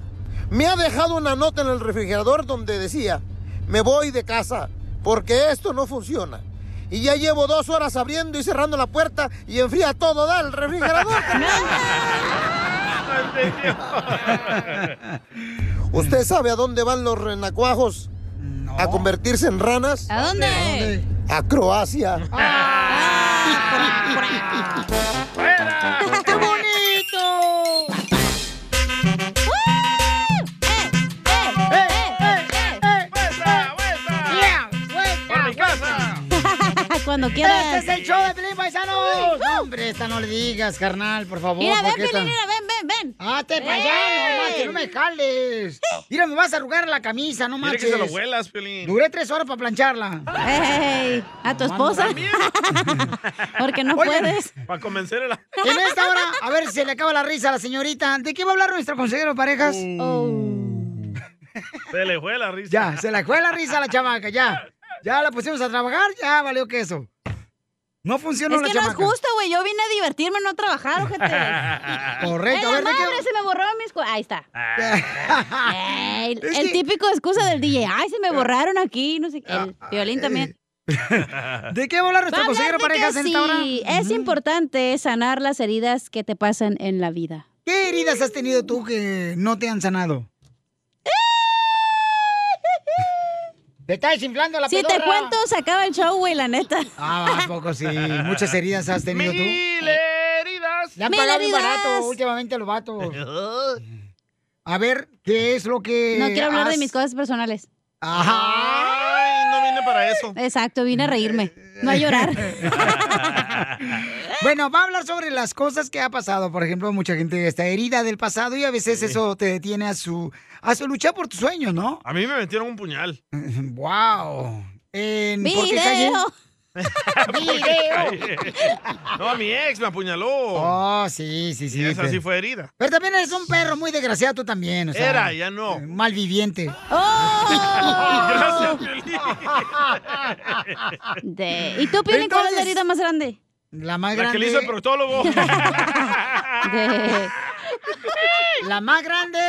Speaker 19: Me ha dejado una nota en el refrigerador donde decía, me voy de casa porque esto no funciona. Y ya llevo dos horas abriendo y cerrando la puerta y enfría todo, da el refrigerador. ¿Usted sabe a dónde van los renacuajos a convertirse en ranas?
Speaker 2: ¿A dónde?
Speaker 19: A Croacia.
Speaker 3: ¡Qué bonito! Yeah,
Speaker 4: ¡Para mi casa!
Speaker 2: *laughs* Cuando quieras.
Speaker 3: Este es el show de Pelín Paisanos. No, hombre, esta no le digas, carnal, por favor.
Speaker 2: Mira, ven,
Speaker 3: porque esta-
Speaker 2: Pelín, mira, ven, ven, ven.
Speaker 3: Ah, te para allá, no manches, no me jales. Mira, me vas a arrugar la camisa, no
Speaker 4: Mira
Speaker 3: manches.
Speaker 4: que se lo vuelas, Piolín.
Speaker 3: Duré tres horas para plancharla.
Speaker 2: Ey, ¿a tu esposa? *laughs* Porque no puedes.
Speaker 4: Para convencer a la...
Speaker 3: *laughs* En esta hora, a ver si se le acaba la risa a la señorita. ¿De qué va a hablar nuestro consejero de parejas?
Speaker 2: Oh.
Speaker 4: Se le fue la risa.
Speaker 3: Ya, se la fue la risa a la chamaca, ya. Ya la pusimos a trabajar, ya valió queso. No funcionó
Speaker 2: Es
Speaker 3: la
Speaker 2: que no es
Speaker 3: chamaca.
Speaker 2: justo, güey. Yo vine a divertirme, no a trabajar,
Speaker 4: *laughs*
Speaker 2: ojete.
Speaker 3: Correcto, a
Speaker 2: Ay,
Speaker 3: ver,
Speaker 2: la
Speaker 3: ¿de qué- Ah.
Speaker 2: madre, se me borraron mis... cu- Ahí está. Ey,
Speaker 3: Es
Speaker 2: el
Speaker 3: que- Ah.
Speaker 2: típico excusa del DJ. Ay, se me borraron aquí, no sé qué. El violín también.
Speaker 3: eh, *laughs* ¿De qué ah, va a hablar nuestro
Speaker 2: Va a
Speaker 3: consejero
Speaker 2: hablar
Speaker 3: de
Speaker 2: de
Speaker 3: parejas
Speaker 2: que
Speaker 3: en esta hora?
Speaker 2: sí, Es importante sanar las heridas que te pasan en la vida.
Speaker 3: ¿Qué heridas has tenido tú que no te han sanado? Te está desinflando la
Speaker 2: Si te
Speaker 3: pedorra.
Speaker 2: cuento, se acaba el show, güey, la neta.
Speaker 3: Ah, ¿a poco sí? Muchas heridas has tenido tú.
Speaker 4: Mil
Speaker 3: *laughs*
Speaker 4: heridas.
Speaker 3: Le han pagado bien barato últimamente a los
Speaker 2: *laughs*
Speaker 3: vatos. A ver, ¿qué es lo que.
Speaker 2: No quiero hablar de
Speaker 3: has-
Speaker 2: mis cosas personales.
Speaker 4: Ay, no vine para eso.
Speaker 2: Exacto, vine a reírme, no a
Speaker 3: Eh,
Speaker 2: llorar.
Speaker 3: Bueno, va a hablar sobre las cosas que ha pasado. Por ejemplo, mucha gente está herida del pasado y a veces eso te detiene a su, a su lucha por tus sueños, ¿no?
Speaker 4: A mí me metieron
Speaker 3: *laughs*
Speaker 4: un puñal.
Speaker 3: ¡Wow! ¿En por qué
Speaker 4: Video.
Speaker 2: *laughs*
Speaker 4: *laughs*
Speaker 3: calle?
Speaker 4: No, mi ex me apuñaló.
Speaker 3: Oh, sí, sí, sí.
Speaker 4: Y esa
Speaker 3: pero-
Speaker 4: sí fue herida.
Speaker 3: Pero también eres un perro muy desgraciado tú también. O sea, eh,
Speaker 4: Era, ya no.
Speaker 2: *laughs*
Speaker 3: Malviviente.
Speaker 2: Oh.
Speaker 4: *laughs* Gracias,
Speaker 2: De- ¿Y tú, Piolín, cuál es la
Speaker 3: eh. Entonces-
Speaker 2: herida más grande?
Speaker 3: La más
Speaker 4: La
Speaker 3: grande.
Speaker 4: que le hizo el
Speaker 3: *laughs*
Speaker 4: proctólogo.
Speaker 3: ah.
Speaker 2: Eh.
Speaker 3: La más grande.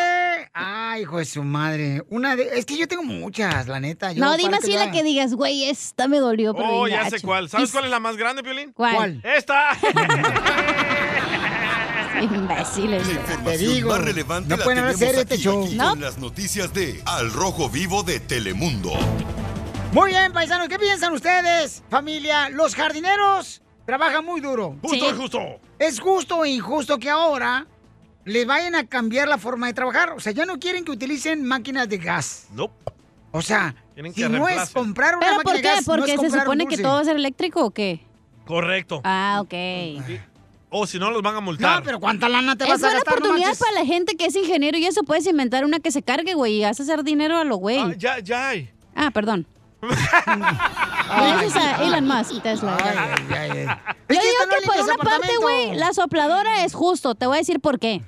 Speaker 3: Ay, hijo de su madre. Una de. Es que yo tengo muchas, la neta. Yo
Speaker 2: no,
Speaker 3: para
Speaker 2: dime así la que digas, güey, esta me dolió, pero
Speaker 4: Oh,
Speaker 2: bien
Speaker 4: ya sé
Speaker 2: gacho". *laughs*
Speaker 4: cuál. ¿Sabes cuál es la más grande, Piolín?
Speaker 2: ¿Cuál?
Speaker 4: Esta.
Speaker 2: Imbéciles.
Speaker 7: Información más relevante
Speaker 3: no
Speaker 7: la
Speaker 3: pueden
Speaker 7: tenemos
Speaker 3: hacer
Speaker 7: aquí,
Speaker 3: este show.
Speaker 7: aquí,
Speaker 3: No.
Speaker 7: con las noticias de Al Rojo Vivo de Telemundo.
Speaker 3: Muy bien, paisanos, ¿qué piensan ustedes, familia? Los jardineros trabajan muy duro.
Speaker 4: Justo, es justo.
Speaker 3: Es justo e injusto que ahora les vayan a cambiar la forma de trabajar. O sea, ya no quieren que utilicen máquinas de gas.
Speaker 4: No.
Speaker 3: O sea,
Speaker 4: Tienen que
Speaker 3: Si no es
Speaker 4: reemplazo.
Speaker 3: comprar una
Speaker 2: ¿Pero
Speaker 3: máquina
Speaker 2: por
Speaker 3: de
Speaker 2: qué?
Speaker 3: gas, no
Speaker 2: ¿Porque
Speaker 3: es
Speaker 2: se
Speaker 3: comprar un
Speaker 2: supone que
Speaker 3: dulce.
Speaker 2: todo va a ser eléctrico o qué?
Speaker 4: Correcto.
Speaker 2: Ah, ok.
Speaker 4: O si no, los van a multar.
Speaker 3: No, pero ¿cuánta lana
Speaker 2: es una oportunidad para la gente que es ingeniero y eso puedes inventar una que se cargue, güey, y vas a hacer dinero a lo güey. Ah,
Speaker 3: *laughs*
Speaker 4: ya, ya hay.
Speaker 2: Ah,
Speaker 4: *laughs*
Speaker 2: perdón. Gracias a Elon Musk, Tesla. Yo digo que por una parte, güey, la sopladora es justo. Te voy a decir por qué.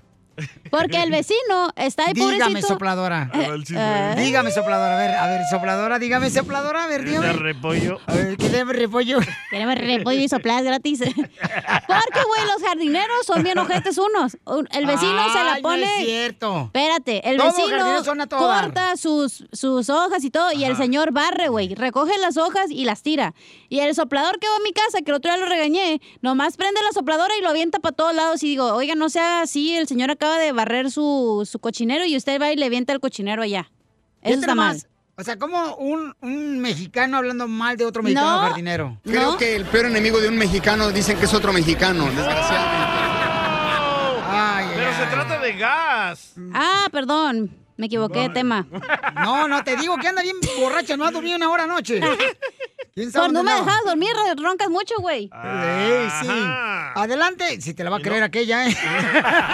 Speaker 2: Porque el vecino está ahí
Speaker 3: Dígame,
Speaker 2: pobrecito.
Speaker 3: sopladora.
Speaker 4: ¿eh?
Speaker 2: Ah.
Speaker 3: Dígame, sopladora. A ver, a ver, sopladora, dígame, sopladora, a ver, dígame.
Speaker 4: repollo.
Speaker 3: A ver, ¿qué debe
Speaker 2: *laughs*
Speaker 3: repollo?
Speaker 2: Queremos repollo y
Speaker 3: *laughs*
Speaker 2: soplas gratis. Porque, güey, los jardineros son bien ojetes unos. Un- El vecino se la
Speaker 3: Ay, no
Speaker 2: pone.
Speaker 3: es cierto.
Speaker 2: Espérate, el
Speaker 3: Todos los
Speaker 2: vecino
Speaker 3: jardineros son a todo dar.
Speaker 2: corta sus, sus hojas y todo, y el
Speaker 3: Ajá.
Speaker 2: señor barre, güey. Recoge las hojas y las tira. Y el soplador que va a mi casa, que el otro día lo regañé, nomás prende la sopladora y lo avienta para todos lados. Y digo, oiga, no sea así, el señor acaba de barrer su, su cochinero y usted va y le avienta el cochinero allá. Eso
Speaker 3: Fíjate
Speaker 2: está mal.
Speaker 3: nomás, O sea, como un, un mexicano hablando mal de otro mexicano jardinero.
Speaker 12: Creo que el peor enemigo de un mexicano dicen que es otro mexicano, desgraciadamente.
Speaker 4: pero se trata de gas.
Speaker 2: Ah, perdón. Me equivoqué de tema.
Speaker 3: No, no, te digo que anda bien borracha, no ha dormido una hora anoche. ¿Quién
Speaker 2: Por no
Speaker 3: dónde Ah,
Speaker 2: me
Speaker 3: andaba?
Speaker 2: dejas dormir, roncas mucho, güey.
Speaker 3: Ey, sí. Adelante, si te la va a creer aquella, ¿eh?
Speaker 4: *laughs*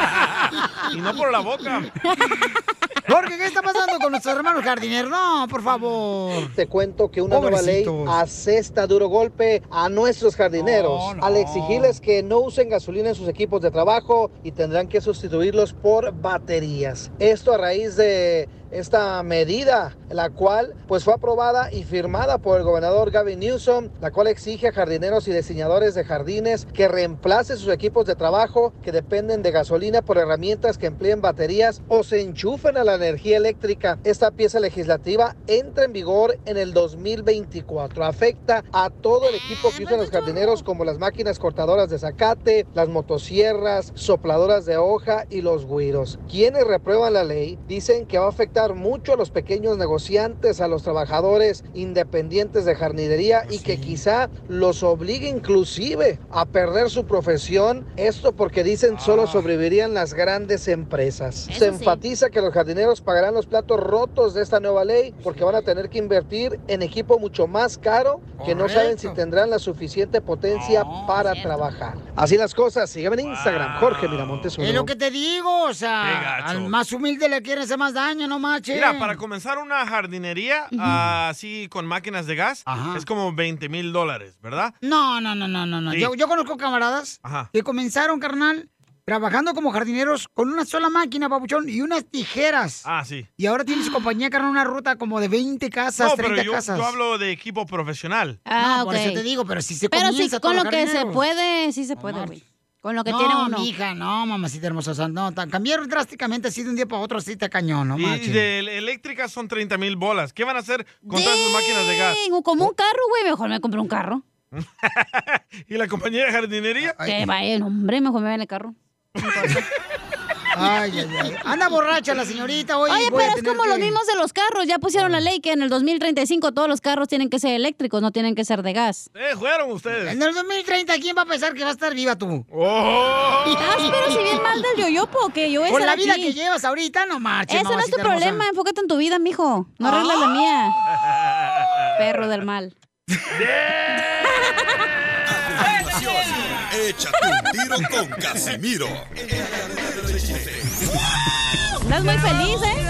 Speaker 4: Y no por la boca.
Speaker 3: *laughs* Jorge, ¿qué está pasando con nuestros hermanos jardineros? No, por favor.
Speaker 8: Te cuento que una nueva ley asesta duro golpe a nuestros jardineros
Speaker 3: No, no.
Speaker 8: al exigirles que no usen gasolina en sus equipos de trabajo y tendrán que sustituirlos por baterías. Esto a raíz de esta medida, la cual pues fue aprobada y firmada por el gobernador Gavin Newsom, la cual exige a jardineros y diseñadores de jardines que reemplacen sus equipos de trabajo que dependen de gasolina por herramientas que empleen baterías o se enchufen a la energía eléctrica. Esta pieza legislativa entra en vigor en el 2024. Afecta a todo el equipo que usan los jardineros como las máquinas cortadoras de zacate, las motosierras, sopladoras de hoja y los güiros. Quienes reprueban la ley dicen que va a afectar mucho a los pequeños negociantes, a los trabajadores independientes de jardinería y que quizá los obligue inclusive a perder su profesión. Esto porque dicen solo sobrevivirían las grandes empresas. Se
Speaker 15: sí.
Speaker 8: enfatiza enfatiza que los jardineros pagarán los platos rotos de esta nueva ley porque van a tener que invertir en equipo mucho más caro que no saben si tendrán la suficiente potencia para trabajar. Así las cosas, síganme en Instagram, Jorge Miramontes. uno.
Speaker 3: Es lo que te digo, o sea, al más humilde le quieren hacer más daño, no marches.
Speaker 4: Mira, para comenzar una jardinería así con máquinas de gas, es como 20 mil dólares, ¿verdad?
Speaker 3: No, no, no, no, no, no.
Speaker 4: Sí.
Speaker 3: Yo, yo conozco camaradas
Speaker 4: Ajá.
Speaker 3: que comenzaron, carnal, trabajando como jardineros con una sola máquina, papuchón, y unas tijeras.
Speaker 4: Ah, sí.
Speaker 3: Y ahora tiene su compañía, carnal, una ruta como de 20 casas,
Speaker 4: No, pero
Speaker 3: 30
Speaker 4: yo,
Speaker 3: casas.
Speaker 4: yo hablo de equipo profesional.
Speaker 2: Ah,
Speaker 3: No, por
Speaker 2: ok.
Speaker 3: eso te digo, pero si se
Speaker 2: Pero sí,
Speaker 3: comienza
Speaker 2: con
Speaker 3: todos
Speaker 2: lo
Speaker 3: los
Speaker 2: que se
Speaker 3: jardineros.
Speaker 2: puede, sí se puede, güey. Con lo que tiene uno.
Speaker 3: No, mija, no, mamacita hermosa. o sea, no, tan- cambiar drásticamente así de un día para otro, así está cañón, no
Speaker 4: y
Speaker 3: manches.
Speaker 4: de el- eléctricas son 30 mil bolas. ¿Qué van a hacer con todas esas máquinas de gas?
Speaker 2: Tengo
Speaker 3: Oh.
Speaker 2: como un carro, güey, mejor me compro un carro.
Speaker 4: ¿Y la compañía de jardinería?
Speaker 2: Que vaya, no, hombre, mejor me va en el carro.
Speaker 3: Ay, ay, ay. Anda borracha la señorita hoy.
Speaker 2: Oye,
Speaker 3: voy a
Speaker 2: pero es
Speaker 3: tener
Speaker 2: como
Speaker 3: que-
Speaker 2: los mismos de los carros. Ya pusieron la ley que en el 2035 todos los carros tienen que ser eléctricos, no tienen que ser de gas.
Speaker 4: Eh, jugaron ustedes.
Speaker 3: En el 2030, ¿quién va a pensar que va a estar viva tú? *laughs*
Speaker 4: ¡Oh!
Speaker 2: Ah, pero si bien mal del yoyopo, que yo voy a
Speaker 3: Por la
Speaker 2: estar
Speaker 3: vida
Speaker 2: aquí.
Speaker 3: que llevas ahorita, no marches.
Speaker 2: Eso no es tu
Speaker 3: mamacita hermosa.
Speaker 2: problema, enfócate en tu vida, mijo. No arreglas la mía. Perro
Speaker 3: *laughs*
Speaker 2: del mal.
Speaker 7: Échate un tiro con Casimiro.
Speaker 2: Estás muy feliz,
Speaker 7: ¿eh?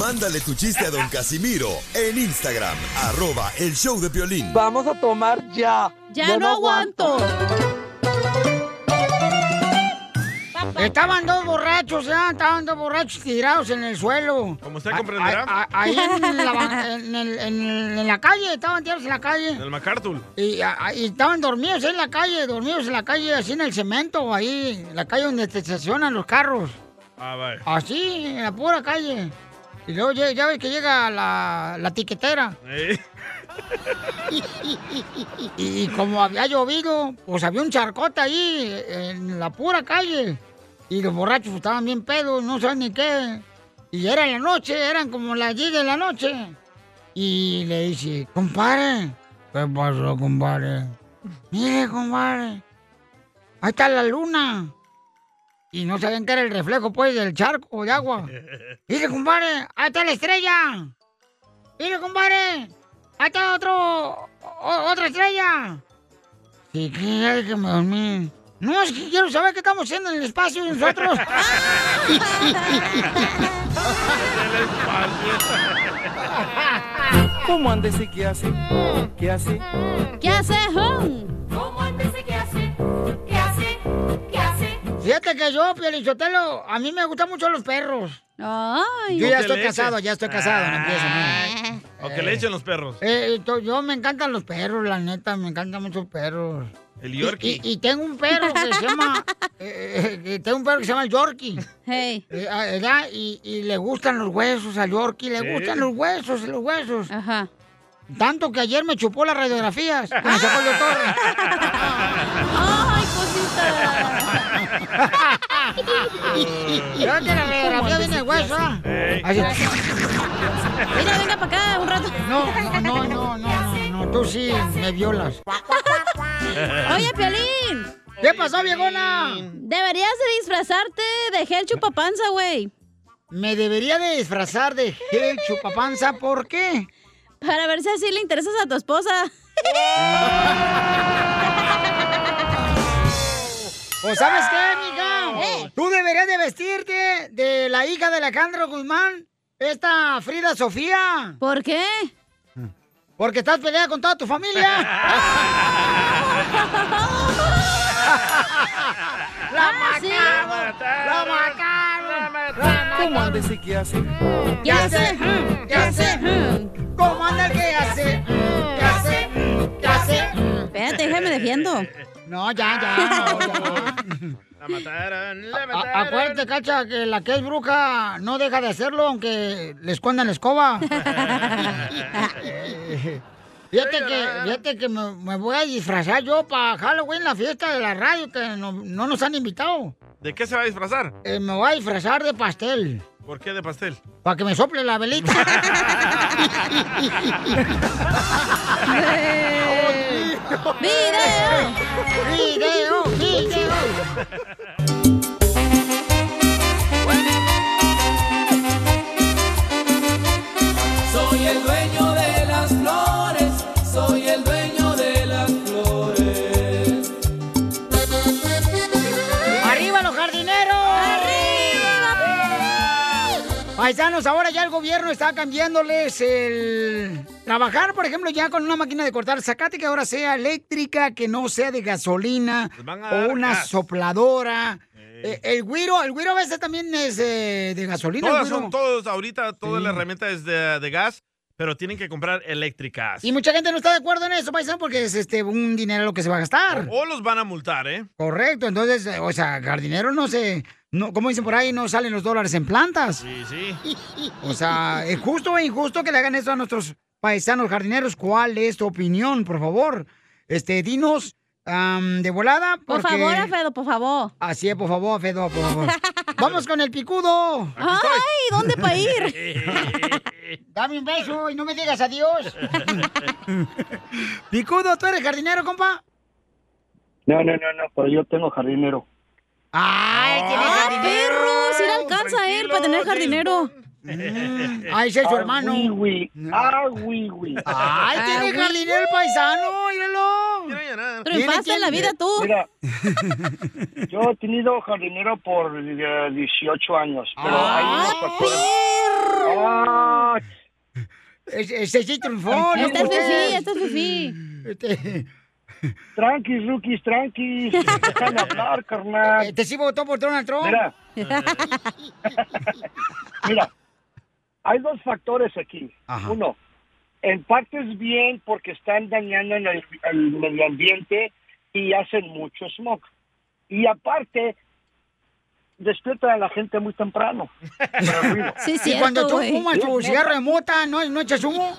Speaker 7: Mándale tu chiste a don Casimiro en Instagram, arroba el show de violín.
Speaker 15: Vamos a tomar ya.
Speaker 2: Ya no aguanto.
Speaker 3: Estaban dos borrachos, ya, estaban dos borrachos tirados en el suelo.
Speaker 4: Como usted
Speaker 3: A-
Speaker 4: comprenderá.
Speaker 3: a- a- Ahí en la,
Speaker 2: *laughs*
Speaker 3: ba- en el- en el- en la calle, estaban tirados en la calle.
Speaker 4: Del MacArthur.
Speaker 3: Y, a- y estaban dormidos en la calle, dormidos en la calle, así en el cemento, ahí, en la calle donde te estacionan los carros.
Speaker 4: Ah, vale.
Speaker 3: Así, en la pura calle. Y luego ya, ya ves que llega la, la tiquetera.
Speaker 4: Eh,
Speaker 3: Y como había llovido, pues había un charcote ahí, en la pura calle. Y los borrachos estaban bien pedos, no saben ni qué. Y era la noche, eran como las 10 de la noche. Y le dice, compadre, ¿qué pasó, compadre? mire, compadre, ahí está la luna. Y no sabían que era el reflejo, pues, del charco de agua. Mire, compadre, ahí está la estrella. Mire, compadre, ahí está otro, o- otra estrella. Sí, que ay, que me dormí. No, es que quiero saber qué estamos haciendo en el espacio nosotros.
Speaker 1: *laughs* ¿Cómo andes y qué hace? ¿Qué hace?
Speaker 2: ¿Qué hace,
Speaker 1: ¿Cómo andes y qué hace? ¿Qué hace? ¿Qué hace?
Speaker 3: Fíjate que yo, Pielichotelo, a mí me gustan mucho los perros. Yo
Speaker 4: O
Speaker 3: ya
Speaker 4: que
Speaker 3: estoy
Speaker 4: le echen-
Speaker 3: casado, ya estoy casado, no empiezo, no.
Speaker 4: O que le echen los perros.
Speaker 3: Eh, eh, to- yo me encantan los perros, la neta, me encantan mucho los perros.
Speaker 4: El
Speaker 3: Y-
Speaker 4: Yorkie.
Speaker 3: Y, y tengo un perro que se
Speaker 4: *laughs*
Speaker 3: llama. eh, eh, eh, tengo un perro que se llama Yorkie. Eh, ah, ¿verdad? y, y le gustan los huesos al Yorkie, le
Speaker 1: Sí.
Speaker 3: gustan los huesos, los huesos. Ajá. Tanto que ayer me chupó las radiografías. que me sacó el doctor.
Speaker 1: ¡Ay, cosita!
Speaker 3: Ya que la radiografía viene de hueso. ¿ah? Así.
Speaker 2: Mira, venga para acá un rato.
Speaker 3: No, no, no, no, no, no, tú sí me violas.
Speaker 2: Oye, Piolín.
Speaker 3: ¿Qué pasó, viejona?
Speaker 2: Deberías de disfrazarte de gel chupapanza, güey.
Speaker 3: Me debería de disfrazar de gel chupapanza, ¿por qué?
Speaker 2: Para ver si así le interesas a tu esposa.
Speaker 3: ¿O Pues, sabes qué, mija?
Speaker 2: Eh.
Speaker 3: Tú deberías de vestirte de la hija de Alejandro Guzmán, esta Frida Sofía.
Speaker 2: ¿Por qué?
Speaker 3: Porque estás peleada con toda tu familia.
Speaker 2: *laughs*
Speaker 3: Ah,
Speaker 1: ¡La mataron! ¡La mataron! ¿Cómo andes y qué hace?
Speaker 3: ¿Qué hace? ¿Qué hace? ¿Cómo anda el que hace? ¿Qué hace? ¿Qué hace?
Speaker 2: Espérate, déjame defiendo.
Speaker 3: *laughs* No, ya, ya.
Speaker 2: *laughs*
Speaker 4: La mataron, la mataron.
Speaker 3: A- Acuérdate, cacha, que la que es bruja no deja de hacerlo aunque le escondan la
Speaker 2: *laughs*
Speaker 3: escoba. Fíjate que, fíjate que me, me voy a disfrazar yo para Halloween, la fiesta de la radio, que no, no nos han invitado.
Speaker 4: ¿De qué se va a disfrazar?
Speaker 3: Eh, me voy a disfrazar de pastel,
Speaker 4: ¿Por qué de pastel?
Speaker 3: para que me sople la velita. ¡Video! ¡Video! ¡Video!
Speaker 1: Soy el dueño de las flores, soy el dueño de las flores.
Speaker 3: ¡Arriba los jardineros! Paisanos, ahora ya el gobierno está cambiándoles el trabajar, por ejemplo, ya con una máquina de cortar zacate que ahora sea eléctrica, que no sea de gasolina
Speaker 1: Les Pues van a
Speaker 3: o
Speaker 1: dar
Speaker 3: una
Speaker 1: gas.
Speaker 3: sopladora. Eh, el guiro, el guiro a veces también es eh, de gasolina. el
Speaker 4: Todas
Speaker 3: güiro.
Speaker 4: son todos, ahorita toda
Speaker 3: Sí.
Speaker 4: la herramienta es de, de gas, pero tienen que comprar eléctricas.
Speaker 3: Y mucha gente no está de acuerdo en eso, paisano, porque es este un dinero lo que se va a gastar.
Speaker 4: O los van a multar, ¿eh?
Speaker 3: Correcto, entonces, eh, o sea, jardinero no se, no, como dicen por ahí, no salen los dólares en plantas.
Speaker 4: Sí, sí.
Speaker 3: O sea, ¿es justo o injusto que le hagan eso a nuestros paisanos jardineros? ¿Cuál es tu opinión, por favor? Este, dinos am, de volada.
Speaker 2: Por
Speaker 3: porque-
Speaker 2: favor, Alfredo, por favor.
Speaker 3: Así es, por favor, Fedo, por favor. *laughs*
Speaker 2: *laughs*
Speaker 3: Vamos con el picudo.
Speaker 2: Ay, ¿dónde pa'
Speaker 3: ir? *laughs* Dame un beso y no me digas adiós. picudo, ¿tú eres jardinero, compa?
Speaker 15: *laughs* No, no, no, no, pero yo tengo jardinero.
Speaker 3: ¡Ay, tiene jardinero!
Speaker 2: perro! Si le alcanza a él para tener jardinero.
Speaker 3: ¡Ay, ese Mm, es su
Speaker 15: Ah,
Speaker 3: hermano!
Speaker 15: oui, oui. ¡Ah, oui, oui!
Speaker 3: ¡Ay,
Speaker 2: Ah,
Speaker 3: tiene jardinero el paisano! ¡Míralo!
Speaker 2: Triunfaste en la vida tú.
Speaker 15: Mira,
Speaker 3: *laughs*
Speaker 15: yo he tenido jardinero por eh, 18 años, pero hay unos factores. Ah,
Speaker 3: Ese, ese sí triunfó, ¿no?
Speaker 15: Este es fifí,
Speaker 2: este es
Speaker 3: Este- *laughs*
Speaker 15: Tranquis, rookies, tranquis. Dejan hablar, carnal.
Speaker 3: Este sí votó por Donald Trump. *laughs*
Speaker 15: Mira. Mira, hay dos factores aquí.
Speaker 1: Ajá.
Speaker 15: Uno, en parte es bien porque están dañando en el, el medio ambiente y hacen mucho smog. Y aparte, despiertan a la gente muy temprano.
Speaker 3: *laughs* y cuando tú fumas tu
Speaker 15: Dios,
Speaker 3: cigarro de mota, ¿no, no echas humo?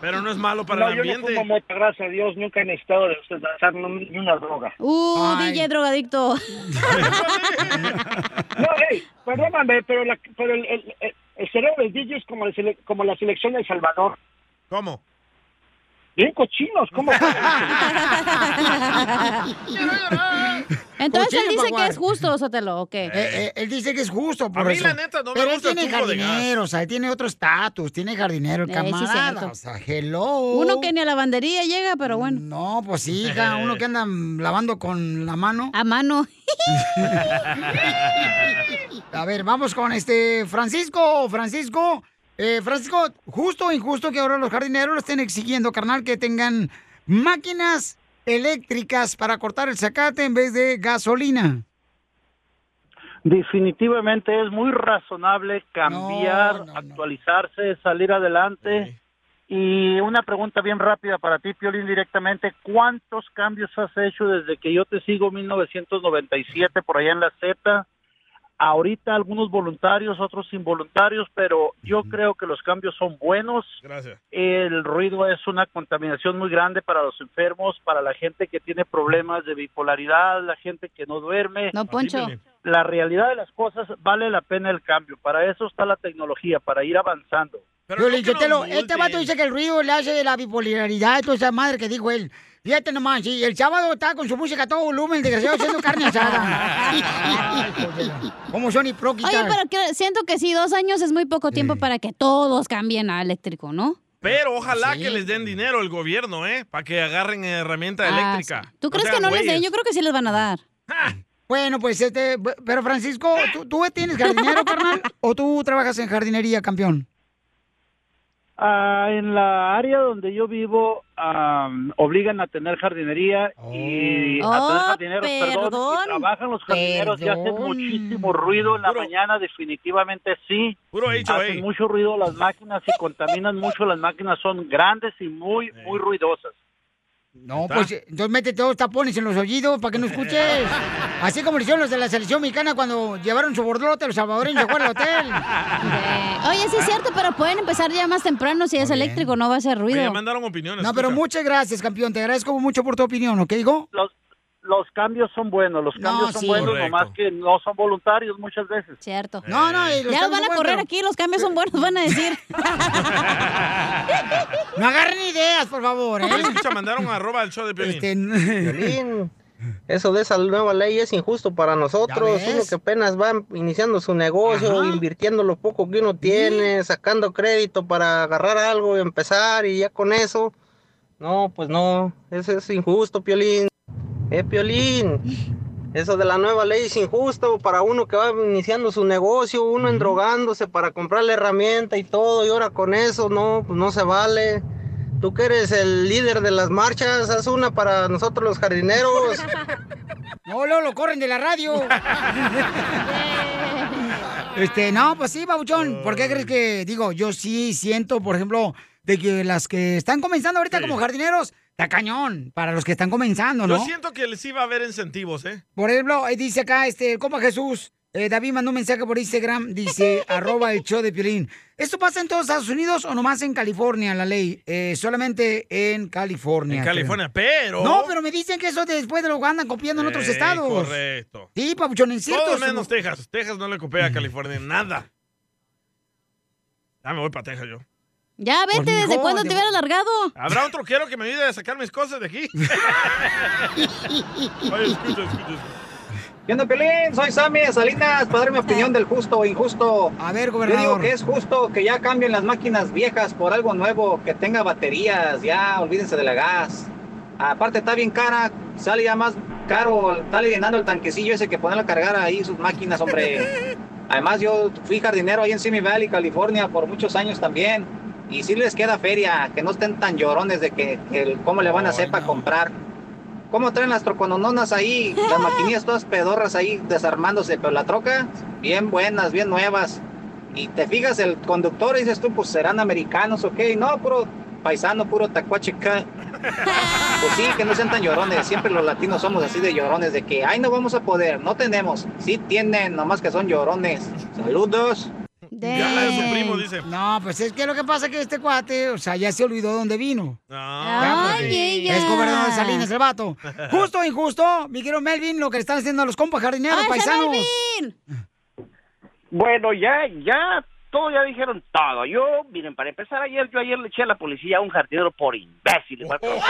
Speaker 4: Pero no es malo para
Speaker 15: no,
Speaker 4: el
Speaker 15: yo no
Speaker 4: ambiente.
Speaker 15: fumo mota, gracias a Dios, nunca he necesitado de usar ni ni una droga.
Speaker 2: Uh, DJ
Speaker 3: *laughs*
Speaker 2: drogadicto. *laughs*
Speaker 15: No, hey, perdóname, pero, la- pero el, el- el- el cerebro del DJ es como, el sele- como la selección de El Salvador.
Speaker 4: ¿Cómo?
Speaker 15: Bien cochinos, ¿cómo?
Speaker 2: Entonces él
Speaker 3: Cochino,
Speaker 2: dice que
Speaker 3: Jaguar.
Speaker 2: es justo, Sotelo, ¿o qué?
Speaker 3: Eh, eh, él dice que es justo, por
Speaker 2: A mí,
Speaker 3: eso.
Speaker 2: la neta, no me
Speaker 3: Pero él
Speaker 2: gusta el
Speaker 3: tiene
Speaker 2: tubo de gas.
Speaker 3: jardinero, o sea, él tiene otro estatus, tiene jardinero, el
Speaker 2: Eh, sí,
Speaker 3: camarada.
Speaker 2: cierto.
Speaker 3: o sea, hello.
Speaker 2: Uno que ni a la lavandería llega, pero bueno.
Speaker 3: oh. No, pues sí, hija, uno que anda *laughs* lavando con la mano. *laughs*
Speaker 2: A mano.
Speaker 1: *laughs*
Speaker 3: A ver, vamos con este Francisco, Francisco. Eh, Francisco, justo o injusto que ahora los jardineros lo estén exigiendo, carnal, que tengan máquinas eléctricas para cortar el zacate en vez de gasolina.
Speaker 14: Definitivamente es muy razonable cambiar, actualizarse, salir adelante. Y una pregunta bien rápida para ti, Piolín, directamente. ¿Cuántos cambios has hecho desde que yo te sigo 1997 por allá en la Z? Ahorita algunos voluntarios, otros involuntarios, pero yo creo que los cambios son buenos.
Speaker 2: *laughs*
Speaker 4: Gracias.
Speaker 14: El ruido es una contaminación muy grande para los enfermos, para la gente que tiene problemas de bipolaridad, la gente que no duerme.
Speaker 2: No, Poncho.
Speaker 14: La realidad de las cosas vale la pena el cambio. Para eso está la tecnología, para ir avanzando.
Speaker 3: Piolín Sotelo, este vato dice que el ruido le hace de la bipolaridad, toda esa madre que dijo él. Fíjate nomás, sí, el sábado está con su música a todo volumen, el desgraciado haciendo carne
Speaker 14: *laughs*
Speaker 3: asada. *laughs* ¿Cómo son hipróquitas?
Speaker 2: *laughs* Oye, pero que- siento que sí, dos años es muy poco tiempo para que todos cambien a eléctrico, ¿no?
Speaker 4: Pero ojalá que les den dinero el gobierno, ¿eh? Para que agarren herramienta
Speaker 2: Ah,
Speaker 4: eléctrica.
Speaker 2: ¿Tú crees que no les den? Yo creo que sí les van a dar.
Speaker 3: Bueno, pues este, pero Francisco, ¿tú, tú tienes jardinero, carnal? ¿O tú trabajas en jardinería, campeón?
Speaker 14: Ah, en la área donde yo vivo am, obligan a tener jardinería y
Speaker 1: Oh,
Speaker 14: a tener jardineros, perdón,
Speaker 1: perdón.
Speaker 14: y trabajan los jardineros y hacen
Speaker 1: Perdón.
Speaker 14: muchísimo ruido en la mañana, definitivamente sí.
Speaker 4: Puro HOA.
Speaker 14: hacen mucho ruido las máquinas y contaminan mucho, las máquinas son grandes y muy, muy ruidosas.
Speaker 3: No, pues entonces métete dos tapones en los oídos para que no
Speaker 2: *laughs*
Speaker 3: escuches. Así como lo hicieron los de la selección mexicana cuando llevaron su borlote a los salvadoreños a jugar al
Speaker 2: *laughs*
Speaker 3: hotel.
Speaker 2: Oye,
Speaker 3: Ah.
Speaker 2: sí es cierto, pero pueden empezar ya más temprano si es eléctrico, no va a hacer ruido.
Speaker 4: Ya mandaron opiniones.
Speaker 3: No, pero muchas gracias, campeón. Te agradezco mucho por tu opinión, ¿ok, Go?
Speaker 14: Los, los cambios son buenos, los
Speaker 3: No,
Speaker 14: cambios son
Speaker 3: sí.
Speaker 14: buenos,
Speaker 3: Correcto.
Speaker 14: nomás que no son voluntarios muchas veces.
Speaker 2: Cierto.
Speaker 3: No, no, y los
Speaker 2: Eh. ya los
Speaker 3: cambios
Speaker 2: van a
Speaker 3: son
Speaker 2: correr
Speaker 3: buenos.
Speaker 2: aquí, los cambios son buenos, van a decir.
Speaker 3: No agarren ideas, por favor, ¿eh? Este,
Speaker 4: Escucha, mandaron arroba al show de Piolín.
Speaker 20: Piolín, Eso de esa nueva ley es injusto para nosotros,
Speaker 4: ves?
Speaker 20: uno que apenas va iniciando su negocio, invirtiendo lo poco que uno tiene, sacando crédito para agarrar algo y empezar y ya con eso. No, pues no, eso es injusto, Piolín. Eh, Piolín, eso de la nueva ley es injusto para uno que va iniciando su negocio, uno endrogándose para comprar la herramienta y todo, y ahora con eso no, pues no se vale. Tú que eres el líder de las marchas, haz una para nosotros
Speaker 3: *laughs*
Speaker 20: los jardineros.
Speaker 3: No, luego lo corren de la radio.
Speaker 2: *laughs*
Speaker 3: Este, no, pues sí, Babuchón. ¿Por qué crees que, digo, yo sí siento, por ejemplo, de que las que están comenzando ahorita
Speaker 4: Sí.
Speaker 3: como jardineros, está cañón para los que están comenzando, ¿no?
Speaker 4: Yo siento que les iba a haber incentivos, ¿eh?
Speaker 3: Por ejemplo, eh, dice acá, este, el compa Jesús, eh, David mandó un mensaje por Instagram,
Speaker 4: *laughs*
Speaker 3: dice, arroba el show de Piolín. ¿Esto pasa en todos Estados Unidos o nomás en California la ley? Eh, solamente en California.
Speaker 4: En
Speaker 3: creo.
Speaker 4: California, pero...
Speaker 3: No, pero me dicen que eso después de lo que andan copiando en otros
Speaker 4: Eh,
Speaker 3: estados.
Speaker 4: Correcto.
Speaker 3: Sí, papuchón, en cierto. Mm.
Speaker 4: Todo menos Texas. Texas no le copia a California en nada. Ya me voy para Texas yo.
Speaker 2: Ya vete,
Speaker 4: Pues,
Speaker 2: ¿desde
Speaker 4: mijo,
Speaker 2: cuándo
Speaker 4: ya-
Speaker 2: te hubieras largado?
Speaker 4: Habrá un troquero que me ayude a sacar mis cosas
Speaker 3: *laughs*
Speaker 4: de aquí. Oye, escucha, escucha.
Speaker 21: ¿Qué onda, Pelín? Soy Sammy de Salinas para dar mi opinión del justo o injusto.
Speaker 3: A ver,
Speaker 21: Yo digo
Speaker 3: gobernador.
Speaker 21: que es justo que ya cambien las máquinas viejas por algo nuevo, que tenga baterías, ya olvídense de la gas. Aparte está bien cara, sale ya más caro, sale llenando el tanquecillo ese que ponen a cargar ahí sus máquinas,
Speaker 3: *laughs*
Speaker 21: hombre. Además yo fui jardinero ahí en Simi Valley, California, por muchos años también. Y sí les queda feria, que no estén tan llorones de que, que el- cómo le van a hacer para comprar. ¿Cómo traen las troconononas ahí? Las maquinillas todas pedorras ahí desarmándose, pero la troca, bien buenas, bien nuevas. Y te fijas el conductor y dices tú, pues serán americanos, ok. No, puro paisano, puro tacuacheca. Pues sí, que no sean tan llorones. Siempre los latinos somos así de llorones, de que, ay, no vamos a poder, no tenemos. Sí tienen, nomás que son llorones. Saludos.
Speaker 4: Ya la de su primo, dice.
Speaker 3: No, pues es que lo que pasa es que este cuate, o sea, ya se olvidó dónde vino.
Speaker 4: Ah,
Speaker 3: Ya, porque
Speaker 4: Ay,
Speaker 3: Es
Speaker 4: ella.
Speaker 3: gobernador de Salinas, el vato. Justo o injusto, mi querido Melvin, lo que le están haciendo a los compas jardineros
Speaker 2: ¡Ay, ese
Speaker 3: paisanos.
Speaker 2: Melvin!
Speaker 14: Bueno, ya, ya
Speaker 15: todo, ya dijeron todo. Yo, miren, para empezar ayer, yo ayer le eché a la policía a un jardinero por imbécil. igual que-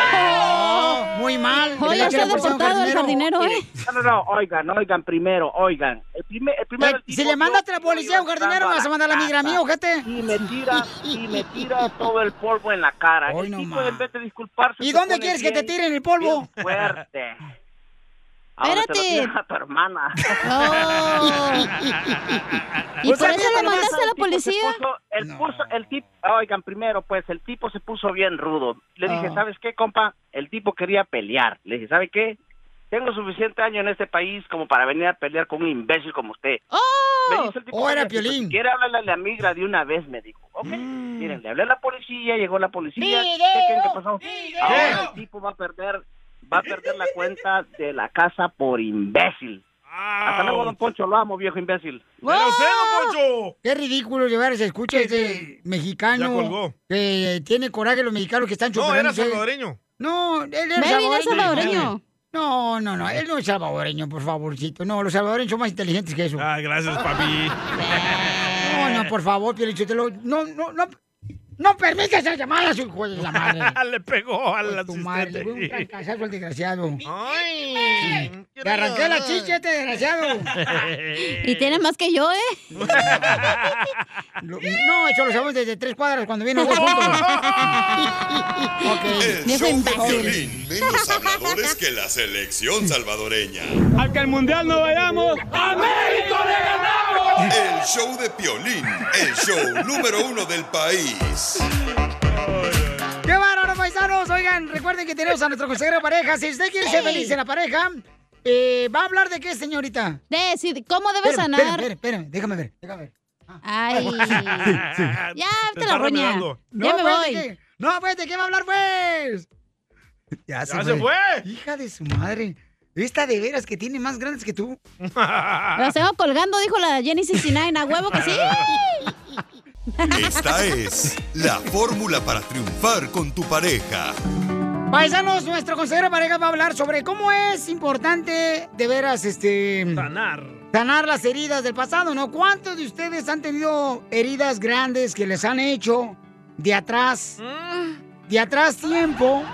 Speaker 3: Muy mal.
Speaker 15: Oye,
Speaker 3: Oye,
Speaker 15: usted deportado el
Speaker 3: jardinero, ¿eh?
Speaker 15: No, no, no, oigan, oigan primero, oigan. El primer, el primero el
Speaker 3: Si
Speaker 15: tipo,
Speaker 3: le mandas
Speaker 15: yo
Speaker 3: a la policía un jardinero, me vas a mandar a la migra a mí, ojete.
Speaker 15: Y me tira, y me tira todo el polvo en la cara. el tipo, en vez de disculparse...
Speaker 3: ¿Y
Speaker 15: se
Speaker 3: dónde
Speaker 15: pone
Speaker 3: quieres que
Speaker 15: bien-
Speaker 3: te tiren el polvo?
Speaker 15: bien Fuerte. Ahora se lo
Speaker 2: Espérate.
Speaker 15: tiras a tu hermana. *laughs*
Speaker 2: ¿Y
Speaker 15: Pues
Speaker 2: por eso lo mandaste a la
Speaker 15: El tipo se
Speaker 2: policía?
Speaker 15: puso- el, puso- el tip- oigan, primero, pues, el tipo se puso bien rudo. Le dije,
Speaker 2: Ah.
Speaker 15: ¿sabes qué, compa? El tipo quería pelear. Le dije, ¿sabe qué? Tengo suficiente año en este país como para venir a pelear con un imbécil como usted.
Speaker 2: Oh.
Speaker 15: Me dice el tipo,
Speaker 3: ¡Oh, era
Speaker 15: "Oye, si
Speaker 3: Piolín!
Speaker 15: Quiere hablarle a la migra de una vez, me dijo. Ok,
Speaker 2: Mm.
Speaker 15: miren, le hablé a la policía, llegó la policía. ¿Qué creen que pasó? Ahora el tipo va a perder, va a perder la cuenta de la casa por imbécil. Hasta luego, don Poncho, lo amo, viejo imbécil.
Speaker 3: ¡Qué ridículo llevar! Se escucha este mexicano
Speaker 15: Ya colgó.
Speaker 3: que tiene coraje los mexicanos que están
Speaker 4: No,
Speaker 3: chupando.
Speaker 4: era salvadoreño.
Speaker 3: No, él era
Speaker 2: Melvin
Speaker 3: salvadoreño.
Speaker 2: es salvadoreño.
Speaker 3: No, no, no, él no es salvadoreño, por favorcito. No, los salvadoreños son más inteligentes que eso. Ah, gracias, papi. No, no, por favor, Pielichotelo. No, no, no. No permitas esas llamadas, hijo de la madre.
Speaker 4: *laughs* Le pegó al
Speaker 3: Tu madre, le fue un
Speaker 4: asistente.
Speaker 3: trancazazo al desgraciado.
Speaker 4: Ay,
Speaker 3: Le arranqué la
Speaker 4: *laughs*
Speaker 3: chicha a este desgraciado.
Speaker 2: Y tiene más que yo, ¿eh?
Speaker 3: *laughs* Lo- No, eso lo sabemos desde tres cuadras cuando viene los dos juntos.
Speaker 4: *laughs*
Speaker 7: El
Speaker 3: ok.
Speaker 7: show de Piolín, menos habladores que la selección salvadoreña.
Speaker 22: Al que al mundial no vayamos, ¡a México le ganamos!
Speaker 7: El show de Piolín, el show número uno del país.
Speaker 3: ¡Qué bárbaro, paisanos! Oigan, recuerden que tenemos a nuestro consejero de pareja. Si usted quiere ser
Speaker 2: Ey.
Speaker 3: feliz en la pareja, eh, ¿va a hablar de qué, señorita?
Speaker 2: De si- cómo debe
Speaker 3: Espérame,
Speaker 2: sanar.
Speaker 3: Espérame, espérame, déjame ver, déjame ver. *laughs*
Speaker 2: Ay. *laughs* Ya, te la roña.
Speaker 3: arruinando.
Speaker 2: ya
Speaker 3: No,
Speaker 2: me
Speaker 3: pues,
Speaker 2: voy.
Speaker 3: ¿de qué? No, pues, ¿de qué va a hablar, pues? Ya,
Speaker 4: se fue.
Speaker 3: Hija de su madre. Esta de veras que tiene más grandes que tú.
Speaker 2: Las tengo colgando, dijo la Jenny 69. A huevo que sí.
Speaker 7: Esta es la fórmula para triunfar con tu pareja.
Speaker 3: Paisanos, nuestro consejero de pareja va a hablar sobre cómo es importante de veras este
Speaker 4: sanar.
Speaker 3: Sanar las heridas del pasado, ¿no? ¿Cuántos de ustedes han tenido heridas grandes que les han hecho de atrás?
Speaker 4: Ah.
Speaker 3: De atrás tiempo.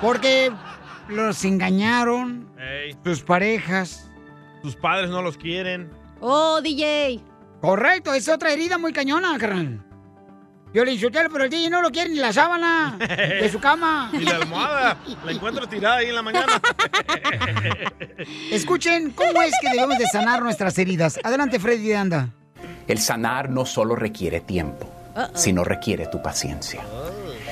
Speaker 3: Porque los engañaron,
Speaker 4: Oh. Ey,
Speaker 3: sus parejas.
Speaker 4: tus padres no los quieren.
Speaker 3: Oh, DJ. Correcto, es otra herida muy cañona, carnal. Yo le insulté, pero el DJ no lo quiere ni la
Speaker 4: *laughs*
Speaker 3: sábana de su cama.
Speaker 4: Y la almohada la encuentro tirada ahí en la mañana.
Speaker 3: Escuchen cómo es que debemos de sanar nuestras heridas. Adelante, Freddy de Anda.
Speaker 23: El sanar no solo requiere tiempo, sino requiere tu paciencia.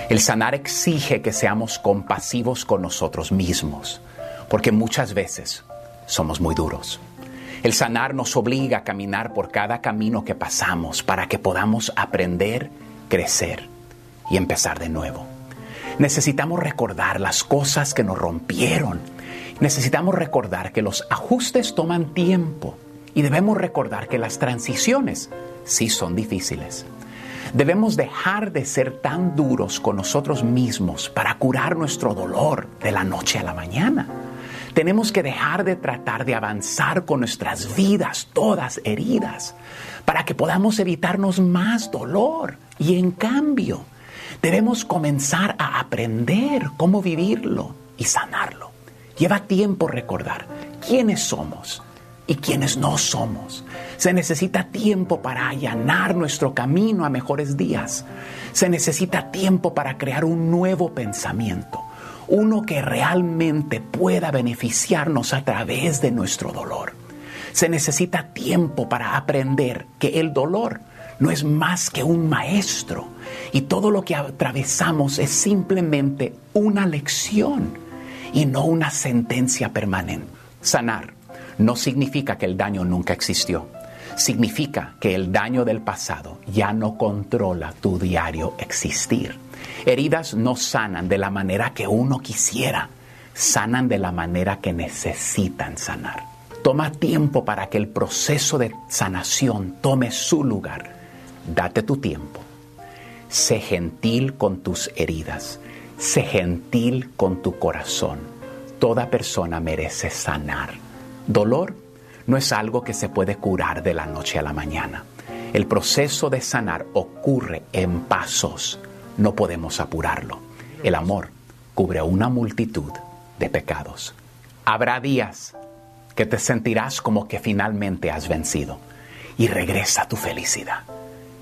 Speaker 23: El sanar exige que seamos compasivos con nosotros mismos, porque muchas veces somos muy duros. El sanar nos obliga a caminar por cada camino que pasamos para que podamos aprender, crecer y empezar de nuevo. Necesitamos recordar las cosas que nos rompieron. Necesitamos recordar que los ajustes toman tiempo y debemos recordar que las transiciones sí son difíciles. Debemos dejar de ser tan duros con nosotros mismos para curar nuestro dolor de la noche a la mañana. Tenemos que dejar de tratar de avanzar con nuestras vidas, todas heridas, para que podamos evitarnos más dolor. Y en cambio, debemos comenzar a aprender cómo vivirlo y sanarlo. Lleva tiempo recordar quiénes somos y quiénes no somos. Se necesita tiempo para allanar nuestro camino a mejores días. Se necesita tiempo para crear un nuevo pensamiento, uno que realmente pueda beneficiarnos a través de nuestro dolor. Se necesita tiempo para aprender que el dolor no es más que un maestro y todo lo que atravesamos es simplemente una lección y no una sentencia permanente. Sanar no significa que el daño nunca existió. Significa que el daño del pasado ya no controla tu diario existir. Heridas no sanan de la manera que uno quisiera, sanan de la manera que necesitan sanar. Toma tiempo para que el proceso de sanación tome su lugar. Date tu tiempo. Sé gentil con tus heridas. Sé gentil con tu corazón. Toda persona merece sanar. Dolor no es algo que se puede curar de la noche a la mañana. El proceso de sanar ocurre en pasos. No podemos apurarlo. El amor cubre una multitud de pecados. Habrá días que te sentirás como que finalmente has vencido y regresa tu felicidad.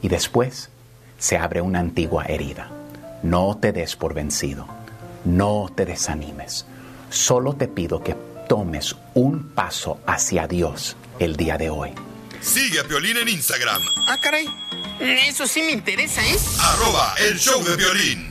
Speaker 23: Y después se abre una antigua herida. No te des por vencido, no te desanimes. Solo te pido que tomes un paso hacia Dios el día de hoy.
Speaker 7: Sigue a Piolín en Instagram,
Speaker 6: Ah, caray. Eso sí me interesa, ¿eh?
Speaker 7: arroba el show de violín.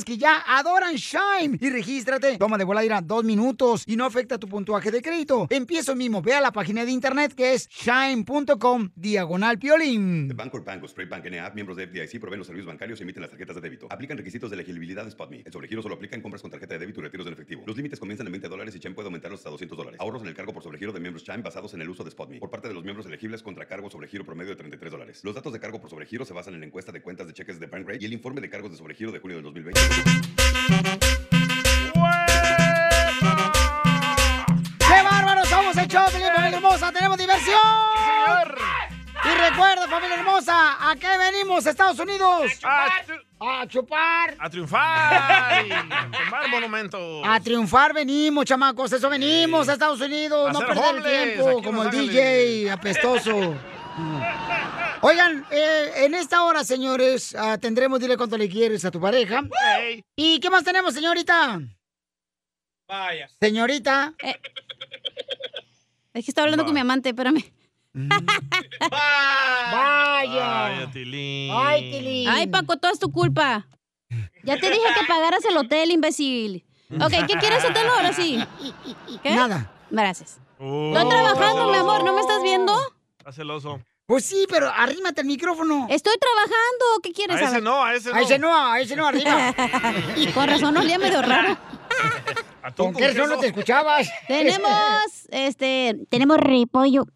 Speaker 3: que ya adoran Shime y regístrate. Toma de voladera dos minutos y no afecta tu puntuaje de crédito. Empiezo mismo. Ve a la página de internet que es shime.com diagonal piolín.
Speaker 9: Bancorp Bank o Spray Bank NA, miembros de FDIC, proveen los servicios bancarios y emiten las tarjetas de débito. Aplican requisitos de elegibilidad de SpotMe. El sobregiro solo aplica en compras con tarjeta de débito y retiros en efectivo. Los límites comienzan en 20 dólares y Chime puede aumentarlos hasta 200 dólares. Ahorros en el cargo por sobregiro de miembros Chime basados en el uso de SpotMe por parte de los miembros elegibles contra cargo sobregiro promedio de 33 dólares. Los datos de cargo por sobregiro se basan en la encuesta de cuentas de cheques de Bankrate y el informe de cargos de sobregiro de junio
Speaker 7: *laughs*
Speaker 9: del 2020.
Speaker 3: ¡Qué bárbaros somos el show, Piolín, familia hermosa! ¡Tenemos diversión! Y recuerda, familia hermosa, ¿a qué venimos, Estados Unidos? A chupar. A chupar.
Speaker 4: A triunfar y a tomar monumentos.
Speaker 3: A triunfar venimos, chamacos, eso venimos a Estados Unidos,
Speaker 4: A
Speaker 3: no
Speaker 4: ser
Speaker 3: perder
Speaker 4: homeless,
Speaker 3: el
Speaker 4: aquí
Speaker 3: tiempo
Speaker 4: en
Speaker 3: como el
Speaker 4: Los
Speaker 3: DJ
Speaker 4: *laughs*
Speaker 3: apestoso. Oigan, eh, en esta hora, señores, ah, tendremos dile cuánto le quieres a tu pareja. ¿Y qué más tenemos, señorita?
Speaker 6: Vaya.
Speaker 3: *laughs* Señorita.
Speaker 2: Eh. Es que está hablando con mi amante, espérame.
Speaker 3: Mm.
Speaker 2: *laughs*
Speaker 3: Vaya.
Speaker 4: Vaya, Tilín.
Speaker 2: Ay,
Speaker 3: Eh.
Speaker 2: Ay, Paco, todo es tu culpa. Ya te dije que pagaras el hotel, imbécil. Ok, ¿qué quieres hotel ahora sí? ¿Qué?
Speaker 3: Nada.
Speaker 2: Gracias.
Speaker 4: Oh.
Speaker 2: Estoy trabajando, mi amor, ¿no me estás viendo?
Speaker 4: Está celoso.
Speaker 3: Pues sí, pero arrímate al micrófono.
Speaker 2: Estoy trabajando, ¿qué quieres?
Speaker 4: A ese no, a ese
Speaker 3: A ese no, a ese no, arriba.
Speaker 2: *laughs* Con razón, olía
Speaker 4: *laughs*
Speaker 2: medio raro.
Speaker 3: ¿Con qué razón no te escuchabas?
Speaker 2: Tenemos, este, tenemos repollo.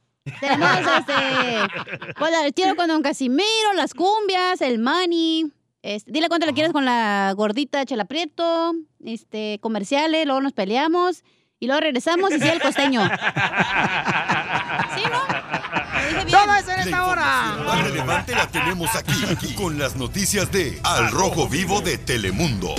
Speaker 2: Tenemos,
Speaker 4: *laughs*
Speaker 2: este, con la- el tiro con Don Casimiro, las cumbias, el money. Este, dile cuánto le quieres con la gordita Chela Prieto, este, comerciales, luego nos peleamos y luego regresamos y sí, el
Speaker 3: *laughs*
Speaker 2: costeño.
Speaker 3: Todo eso en
Speaker 7: La
Speaker 3: esta hora.
Speaker 7: información más relevante la tenemos aquí, aquí, con las noticias de Al Rojo Vivo de Telemundo.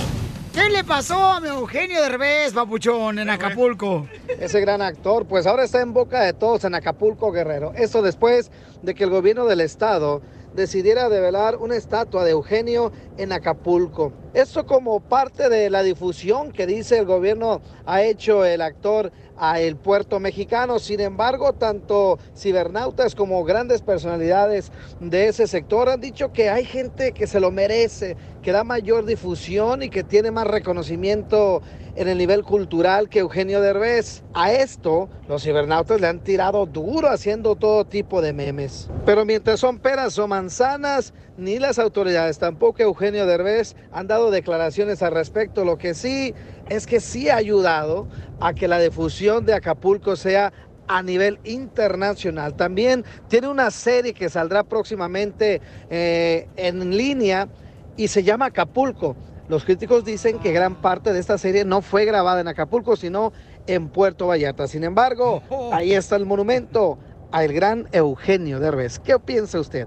Speaker 3: ¿Qué le pasó a mi Eugenio Derbez, papuchón, en Acapulco?
Speaker 8: Ese gran actor, pues ahora está en boca de todos en Acapulco, Guerrero. Esto después de que el gobierno del estado decidiera develar una estatua de Eugenio en Acapulco. Esto como parte de la difusión que dice el gobierno ha hecho el actor a el puerto mexicano. Sin embargo, tanto cibernautas como grandes personalidades de ese sector han dicho que hay gente que se lo merece, que da mayor difusión y que tiene más reconocimiento en el nivel cultural que Eugenio Derbez. A esto, los cibernautas le han tirado duro haciendo todo tipo de memes. Pero mientras son peras o manzanas, ni las autoridades, tampoco Eugenio Derbez, han dado declaraciones al respecto. Lo que sí es que sí ha ayudado a que la difusión de Acapulco sea a nivel internacional. También tiene una serie que saldrá próximamente eh, en línea y se llama Acapulco. Los críticos dicen que gran parte de esta serie no fue grabada en Acapulco, sino en Puerto Vallarta. Sin embargo, ahí está el monumento al gran Eugenio Derbez. ¿Qué piensa usted?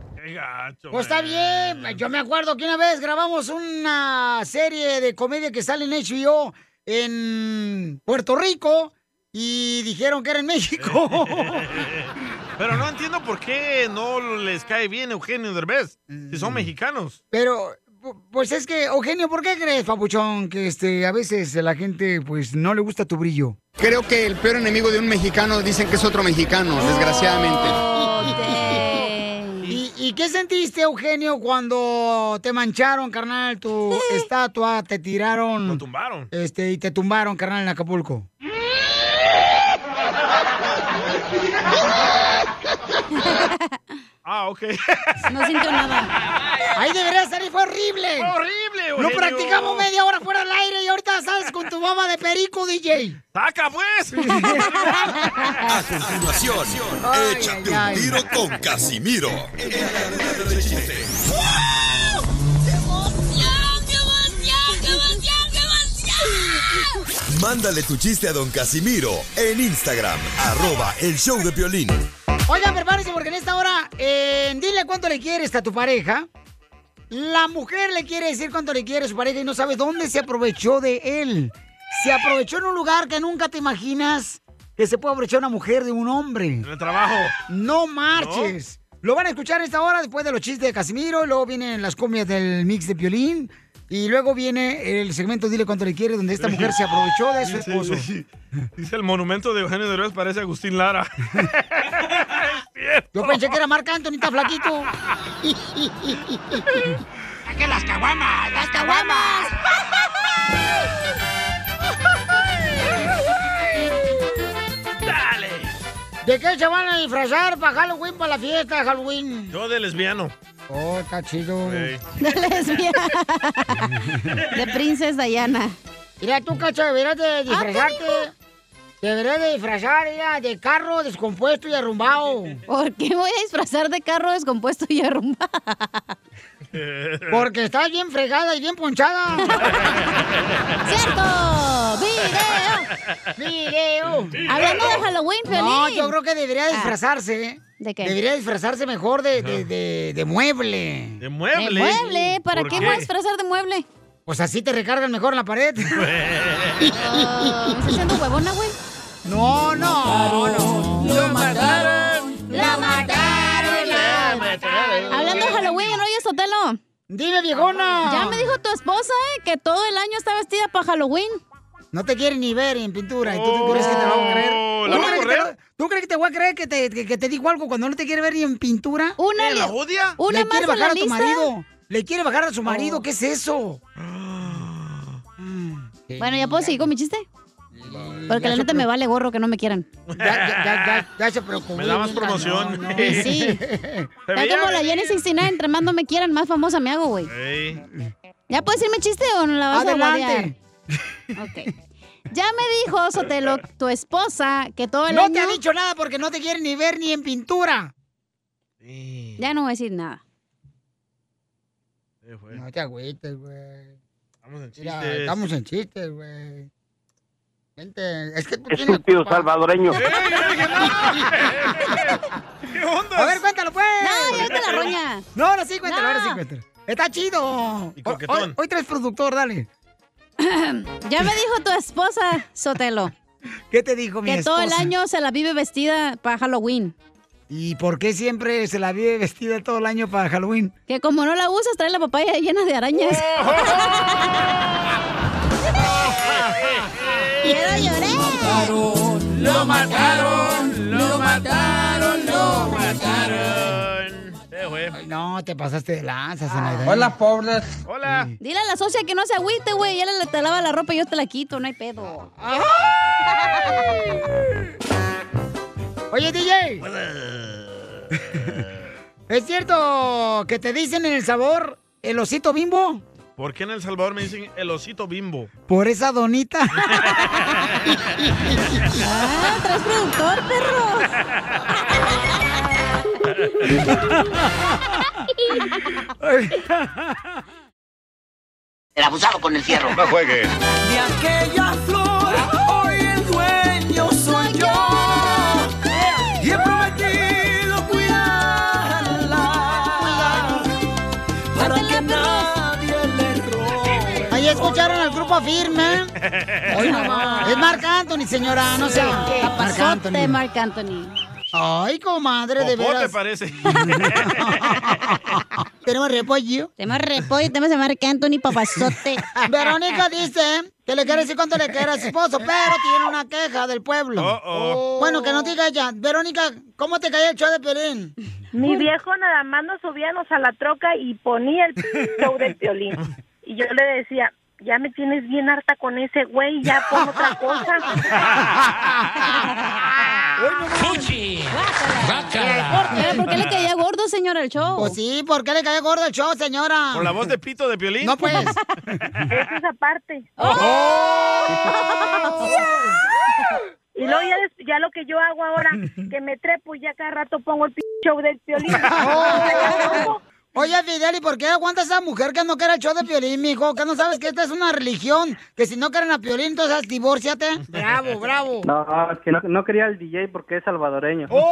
Speaker 3: Pues está bien. Yo me acuerdo que una vez grabamos una serie de comedia que sale en HBO en Puerto Rico y dijeron que era en México.
Speaker 4: *laughs* Pero no entiendo por qué no les cae bien Eugenio Derbez, si
Speaker 3: Mm.
Speaker 4: son mexicanos.
Speaker 3: Pero, pu- pues es que, Eugenio, ¿por qué crees, papuchón, que este, a veces a la gente pues no le gusta tu brillo?
Speaker 12: Creo que el peor enemigo de un mexicano dicen que es otro mexicano, desgraciadamente.
Speaker 3: ¿Y, y qué sentiste, Eugenio, cuando te mancharon, carnal,
Speaker 2: *laughs*
Speaker 3: tu estatua, te tiraron? Lo
Speaker 4: tumbaron.
Speaker 3: Este, y te tumbaron, carnal, en Acapulco.
Speaker 4: Ah, ok.
Speaker 2: No siento nada.
Speaker 3: Ahí debería estar y fue horrible.
Speaker 4: Fue horrible,
Speaker 3: Lo
Speaker 4: Eugenio.
Speaker 3: practicamos media hora fuera del aire y ahorita sales con tu baba de perico, DJ.
Speaker 4: ¡Saca, pues!
Speaker 3: *laughs*
Speaker 7: A continuación,
Speaker 3: Ay,
Speaker 7: échate
Speaker 3: ay, ay.
Speaker 7: un tiro con Casimiro. Mándale tu chiste a don Casimiro en Instagram, arroba el show de violín.
Speaker 3: Oigan, prepárense porque en esta hora, eh, dile cuánto le quieres a tu pareja. La mujer le quiere decir cuánto le quiere a su pareja y no sabe dónde se aprovechó de él. Se aprovechó en un lugar que nunca te imaginas que se puede aprovechar una mujer de un hombre. En
Speaker 4: el trabajo.
Speaker 3: No marches. Lo van a escuchar en esta hora después de los chistes de Casimiro, y luego vienen las comias del mix de Piolín y luego viene el segmento Dile cuánto le quiere donde esta
Speaker 4: *laughs*
Speaker 3: mujer se aprovechó de su
Speaker 4: Sí,
Speaker 3: esposo.
Speaker 4: sí. Dice el monumento de Eugenio Derbez parece Agustín Lara.
Speaker 3: Yo pensé que era Marc Anthony, está flaquito.
Speaker 1: ¡Saque las caguamas! ¡Las caguamas!
Speaker 4: ¡Dale!
Speaker 3: ¿De qué se van a disfrazar para Halloween, para la fiesta de Halloween?
Speaker 4: Yo de lesbiano.
Speaker 3: Oh, está chido.
Speaker 2: De *laughs* lesbiana. De Princess Diana. Ah,
Speaker 3: Mira, tú, Cacha, deberías de disfrazarte. Deberías de disfrazar, mira, de carro descompuesto y arrumbado.
Speaker 2: ¿Por qué voy a disfrazar de carro descompuesto y arrumbado?
Speaker 3: Porque estás bien fregada y bien
Speaker 2: *laughs*
Speaker 3: ponchada.
Speaker 2: ¡Cierto!
Speaker 3: ¡Video! ¡Video!
Speaker 2: Hablando de Halloween, Piolín.
Speaker 3: eh, oh. No, yo creo que debería disfrazarse. ¿eh?
Speaker 2: ¿De qué?
Speaker 3: Debería disfrazarse mejor de, de, de- de mueble.
Speaker 4: ¿De
Speaker 2: De mueble. ¿Para qué, me voy a disfrazar de mueble?
Speaker 3: Pues así te recargan mejor en la
Speaker 2: *laughs*
Speaker 3: pared. *laughs*
Speaker 2: Ah, ¿Me estás haciendo huevona, güey?
Speaker 3: No, no, no. Lo mataron.
Speaker 2: La mataron, la mataron. Hablando de Halloween, ¿no oyes, Sotelo?
Speaker 3: Dime, viejona.
Speaker 2: Ya me dijo tu esposa, ¿eh? Que todo el año está vestida para Halloween.
Speaker 3: No te quieren ni ver en pintura. ¿Y tú, tú crees que te lo van a creer?
Speaker 2: Oh, ¿la
Speaker 3: ¿Tú,
Speaker 2: va a
Speaker 3: crees que te, lo-
Speaker 2: correr?
Speaker 3: tú crees que te voy a creer que te, que, que te digo algo cuando no te quiere ver ni en pintura?
Speaker 2: Una ¿Qué, la le- odia? una
Speaker 3: Le quiere
Speaker 2: más a la
Speaker 3: bajar a tu
Speaker 2: lista.
Speaker 3: marido. Le quiere bajar a su marido.
Speaker 2: Oh.
Speaker 3: ¿Qué es eso?
Speaker 2: Bueno, ¿ya puedo seguir con mi chiste? Porque la neta me vale gorro que no me quieran.
Speaker 3: Ya, ya, ya, ya, ya se preocupó.
Speaker 4: Me da más promoción.
Speaker 2: Y
Speaker 4: *laughs*
Speaker 2: sí.
Speaker 4: Se
Speaker 2: Ya
Speaker 4: veía
Speaker 2: como la Jenny 69, entre más no me quieran, más famosa me hago, güey.
Speaker 4: Ey.
Speaker 2: ¿Ya puedes decirme chiste o no la vas a guadear?
Speaker 3: Adelante.
Speaker 2: Ok. Ya me dijo, Sotelo, tu esposa, que todo el
Speaker 3: No
Speaker 2: año...
Speaker 3: te ha dicho nada porque no te quiere ni ver ni en pintura.
Speaker 2: Ya no voy a decir nada.
Speaker 3: No te agüites, güey.
Speaker 4: Estamos en
Speaker 3: Mira,
Speaker 5: chistes.
Speaker 3: estamos en chistes, güey. Vente, es que tú tienes la
Speaker 5: Estúpido
Speaker 3: culpa.
Speaker 5: salvadoreño.
Speaker 3: ¿Qué onda? A ver, cuéntalo, pues.
Speaker 2: No, ya vete la roña.
Speaker 3: No, ahora sí, cuéntalo,
Speaker 2: No.
Speaker 3: ahora sí, cuéntalo. Está chido.
Speaker 2: Y
Speaker 3: Hoy,
Speaker 2: coquetón.
Speaker 3: hoy- hoy traes productor, dale.
Speaker 2: *clears throat* ya me dijo tu esposa, Sotelo,
Speaker 3: *laughs* ¿Qué te dijo mi
Speaker 2: que todo el
Speaker 3: esposa?
Speaker 2: año se la vive vestida para Halloween.
Speaker 3: ¿Y por qué siempre se la vive vestida todo el año para Halloween?
Speaker 2: Que como no la usas, trae la papaya llena de arañas.
Speaker 3: Oh. *laughs*
Speaker 2: Quiero llorar.
Speaker 1: ¡Lo mataron! ¡Lo mataron! ¡Lo mataron!
Speaker 3: Ay, no, te pasaste de lanzas,
Speaker 2: Ah.
Speaker 3: Zenaida.
Speaker 10: Hola, pobres.
Speaker 4: Hola.
Speaker 2: Dile a la socia que no se agüite, güey. Ella le te lava la ropa y yo te la quito, no hay pedo.
Speaker 3: Oye, DJ. ¿Es cierto que te dicen en El sabor el osito bimbo?
Speaker 4: ¿Por qué en El Salvador me dicen el osito bimbo?
Speaker 3: *laughs* Por esa donita.
Speaker 2: Ah, traes productor,
Speaker 1: perro!
Speaker 16: El abusado con el fierro. No juegues.
Speaker 1: De aquella flor, hoy el dueño soy yo. Y he prometido cuidarla. Para que nadie le robe.
Speaker 3: Ahí escucharon al grupo firme. Hoy Es Marc Anthony, señora, no sé. Marc
Speaker 2: Papazote,
Speaker 3: Anthony.
Speaker 2: Marc Anthony.
Speaker 3: Ay, comadre, de
Speaker 4: Popó te
Speaker 3: veras. *laughs*
Speaker 4: parece?
Speaker 3: Tenemos repollo.
Speaker 2: Tenemos repollo, tenemos a Marc Anthony, papazote.
Speaker 3: *laughs* Verónica dice que le quiere decir cuánto le quiere a su esposo, pero tiene una queja del pueblo.
Speaker 2: Oh,
Speaker 1: Uh-oh.
Speaker 3: Bueno, que no diga ella. Verónica, ¿cómo te cayó el show de Pelín?
Speaker 24: Mi viejo nada más nos subíamos a la troca y ponía el show del violín. Y yo le decía, ya me tienes
Speaker 2: *laughs*
Speaker 24: bien harta con ese güey, ya pon otra cosa.
Speaker 2: ¡Fuchi! Guácala. ¿Por qué le caía gordo, señora, el show?
Speaker 3: Pues sí, ¿por qué le caía gordo el show, señora?
Speaker 4: Por la voz de Pito de Piolín.
Speaker 3: No,
Speaker 4: *laughs*
Speaker 3: pues.
Speaker 24: Eso es aparte.
Speaker 2: ¡Oh!
Speaker 24: *laughs*
Speaker 3: Oh.
Speaker 24: Y luego ya, des- ya lo que yo hago ahora, que me trepo y ya cada rato pongo
Speaker 2: *laughs*
Speaker 24: el p show del piolín.
Speaker 3: *laughs* Oye, Fidel, ¿y por qué aguanta esa mujer que no quiere el show de Piolín, mijo? ¿Que no sabes que esta es una religión? Que si no quieren a Piolín, entonces divórciate. Bravo, bravo.
Speaker 10: No, es que no, no quería el DJ porque es salvadoreño.
Speaker 4: ¡Oh!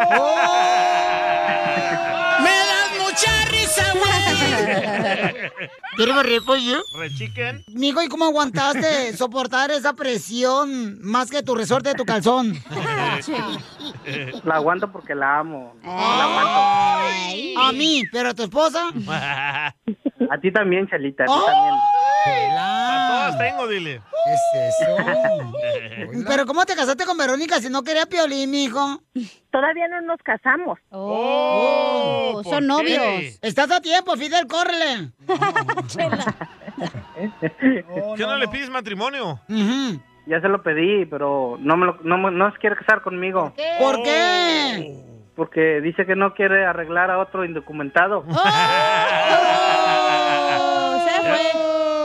Speaker 3: ¡Me das mucha risa, güey! ¿Quieres repollo?
Speaker 4: Rechiquen.
Speaker 3: Mijo, ¿y cómo aguantaste soportar esa presión más que tu resorte de tu calzón?
Speaker 10: La aguanto *laughs* porque la amo.
Speaker 3: Ay. A mí, pero a tu esposa.
Speaker 4: Ah.
Speaker 10: A ti también, Chalita.
Speaker 4: ¡Oh!
Speaker 10: A ti
Speaker 4: A todas tengo, dile.
Speaker 3: ¿Qué es
Speaker 4: *laughs*
Speaker 3: eso? Pero ¿cómo te casaste con Verónica si no quería Piolín, mijo?
Speaker 24: Todavía no nos casamos.
Speaker 3: Oh,
Speaker 24: Oh, son ¿por qué? novios.
Speaker 3: Estás a tiempo, Fidel, córrele.
Speaker 10: también.
Speaker 4: ¿Qué no, le pides matrimonio?
Speaker 10: Ya se lo pedí, pero no, me lo- no, me- no se quiere casar conmigo.
Speaker 3: ¿Por qué?
Speaker 4: Oh.
Speaker 10: Porque dice que no quiere arreglar a otro
Speaker 4: *laughs*
Speaker 10: indocumentado.
Speaker 4: Oh.
Speaker 2: se
Speaker 4: fue.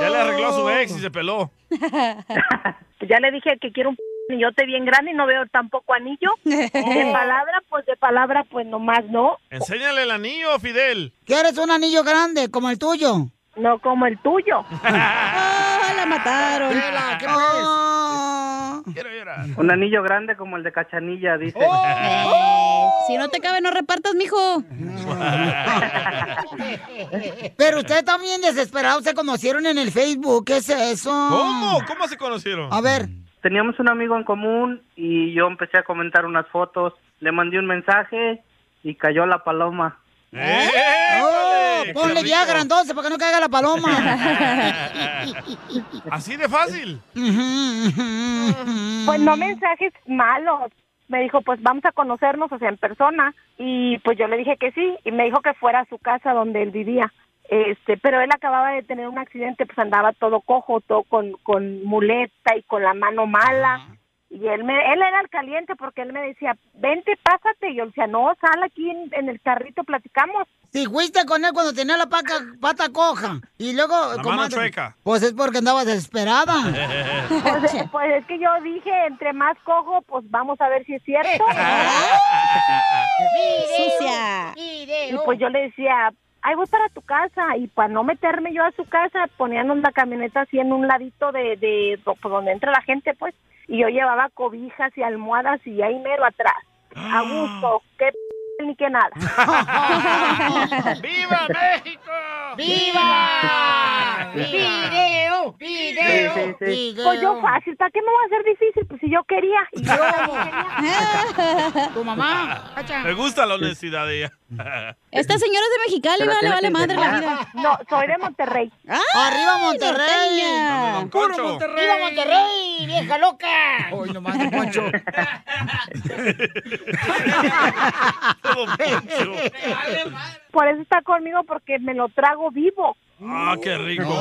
Speaker 4: Ya le arregló a su ex y se peló.
Speaker 24: pues ya le dije que quiero un *laughs* anillote bien grande y no veo tampoco anillo. De palabra, pues de palabra, pues nomás no.
Speaker 4: Enséñale el anillo, Fidel.
Speaker 3: ¿Quieres un anillo grande como el tuyo?
Speaker 24: No
Speaker 3: *laughs*
Speaker 24: como *laughs* el tuyo.
Speaker 2: la mataron!
Speaker 3: ¿Qué
Speaker 10: Un anillo grande como el de Cachanilla, dice.
Speaker 4: Oh.
Speaker 2: Si no te cabe, no repartas, mijo.
Speaker 4: *laughs*
Speaker 3: *laughs* Pero ustedes también desesperados se conocieron en el Facebook. ¿Qué es eso?
Speaker 10: ¿Cómo?
Speaker 4: ¿Cómo se conocieron?
Speaker 3: Ah. A ver.
Speaker 10: Teníamos un amigo en común y yo empecé a comentar unas fotos. Le mandé un mensaje y cayó la paloma.
Speaker 4: ¡Eh!
Speaker 3: ¿Eh?
Speaker 10: ¿Eh?
Speaker 3: Oh, ponle ya
Speaker 4: *laughs*
Speaker 3: grandote para que no caiga
Speaker 24: *laughs*
Speaker 3: la paloma.
Speaker 4: Así de fácil.
Speaker 24: Pues no mensajes malos. Me dijo, pues vamos a conocernos, o sea, en persona. Y pues yo le dije que sí. Y me dijo que fuera a su casa donde él vivía. Este, pero él acababa de tener un accidente, pues andaba todo cojo, todo con, con muleta y con la mano mala. Y él me, él era el caliente porque él me decía, vente, pásate. Y yo le decía, no, sal aquí en, en el carrito, platicamos.
Speaker 3: Si fuiste con él cuando tenía la paca- pata coja y luego...
Speaker 4: La mano
Speaker 3: comadre,
Speaker 4: chueca.
Speaker 3: Pues es porque andaba desesperada.
Speaker 1: *laughs*
Speaker 24: Pues, eh, pues es que yo dije, entre más cojo, pues vamos a ver si es cierto.
Speaker 1: Ah.
Speaker 2: Sucia.
Speaker 24: Y
Speaker 2: *laughs*
Speaker 24: pues yo le decía, ay, voy para tu casa. Y para no meterme yo a su casa, poníamos la camioneta así en un ladito de, de do- por donde entra la gente, pues. Y yo llevaba cobijas y almohadas y ahí mero atrás. A gusto, qué p- ni que nada.
Speaker 4: ¡Viva México!
Speaker 24: ¡Viva!
Speaker 3: ¡Video!
Speaker 24: ¡Video!
Speaker 10: Sí, sí, sí.
Speaker 24: Pues yo fácil, ¿para qué me voy a hacer difícil? Pues si yo quería. Y yo *laughs* quería.
Speaker 3: Tu mamá.
Speaker 4: Me gusta la honestidad de ella.
Speaker 2: *laughs* Esta señora es de Mexicali, vale, vale madre la vida.
Speaker 24: No, soy de Monterrey.
Speaker 3: ¡Arriba Monterrey!
Speaker 2: norteña!
Speaker 3: ¡Puro Monterrey! ¡Viva Monterrey, vieja loca!
Speaker 1: *laughs*
Speaker 3: ¡Hoy no más,
Speaker 4: *laughs*
Speaker 3: Poncho!
Speaker 24: *laughs* Por eso está conmigo, porque me lo trago vivo.
Speaker 4: ¡Ah, qué rico!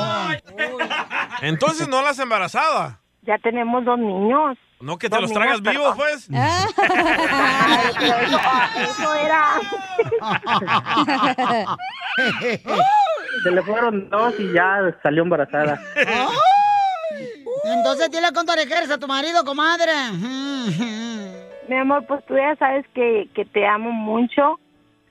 Speaker 4: Entonces no las embarazada.
Speaker 24: Ya tenemos dos niños.
Speaker 4: No que te
Speaker 24: Dos
Speaker 4: los
Speaker 24: niños,
Speaker 4: tragas vivos,
Speaker 24: perdón.
Speaker 4: pues.
Speaker 24: *laughs*
Speaker 2: Ah.
Speaker 4: *laughs*
Speaker 24: Ay, pero eso, eso era.
Speaker 10: Se le fueron dos y ya salió embarazada.
Speaker 3: Entonces dile cuánto le quieres a tu marido, comadre.
Speaker 24: Mi amor, pues tú ya sabes que, que te amo mucho.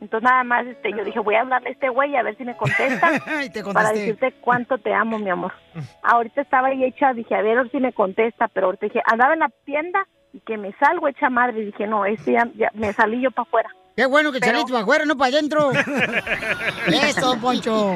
Speaker 24: Entonces nada más este, yo dije, voy a hablarle a este güey a ver si me
Speaker 3: *laughs*
Speaker 24: contesta.
Speaker 3: te contesté.
Speaker 24: para decirte cuánto te amo, mi
Speaker 3: *laughs*
Speaker 24: amor. Ahorita estaba ahí hecha, dije, a ver a ver si me contesta, pero ahorita dije, andaba en la tienda y que me salgo hecha madre. Y dije, no, este ya, ya me salí yo para afuera.
Speaker 3: Qué bueno que
Speaker 24: Pero-
Speaker 3: saliste para afuera, no para adentro. Eso, Poncho.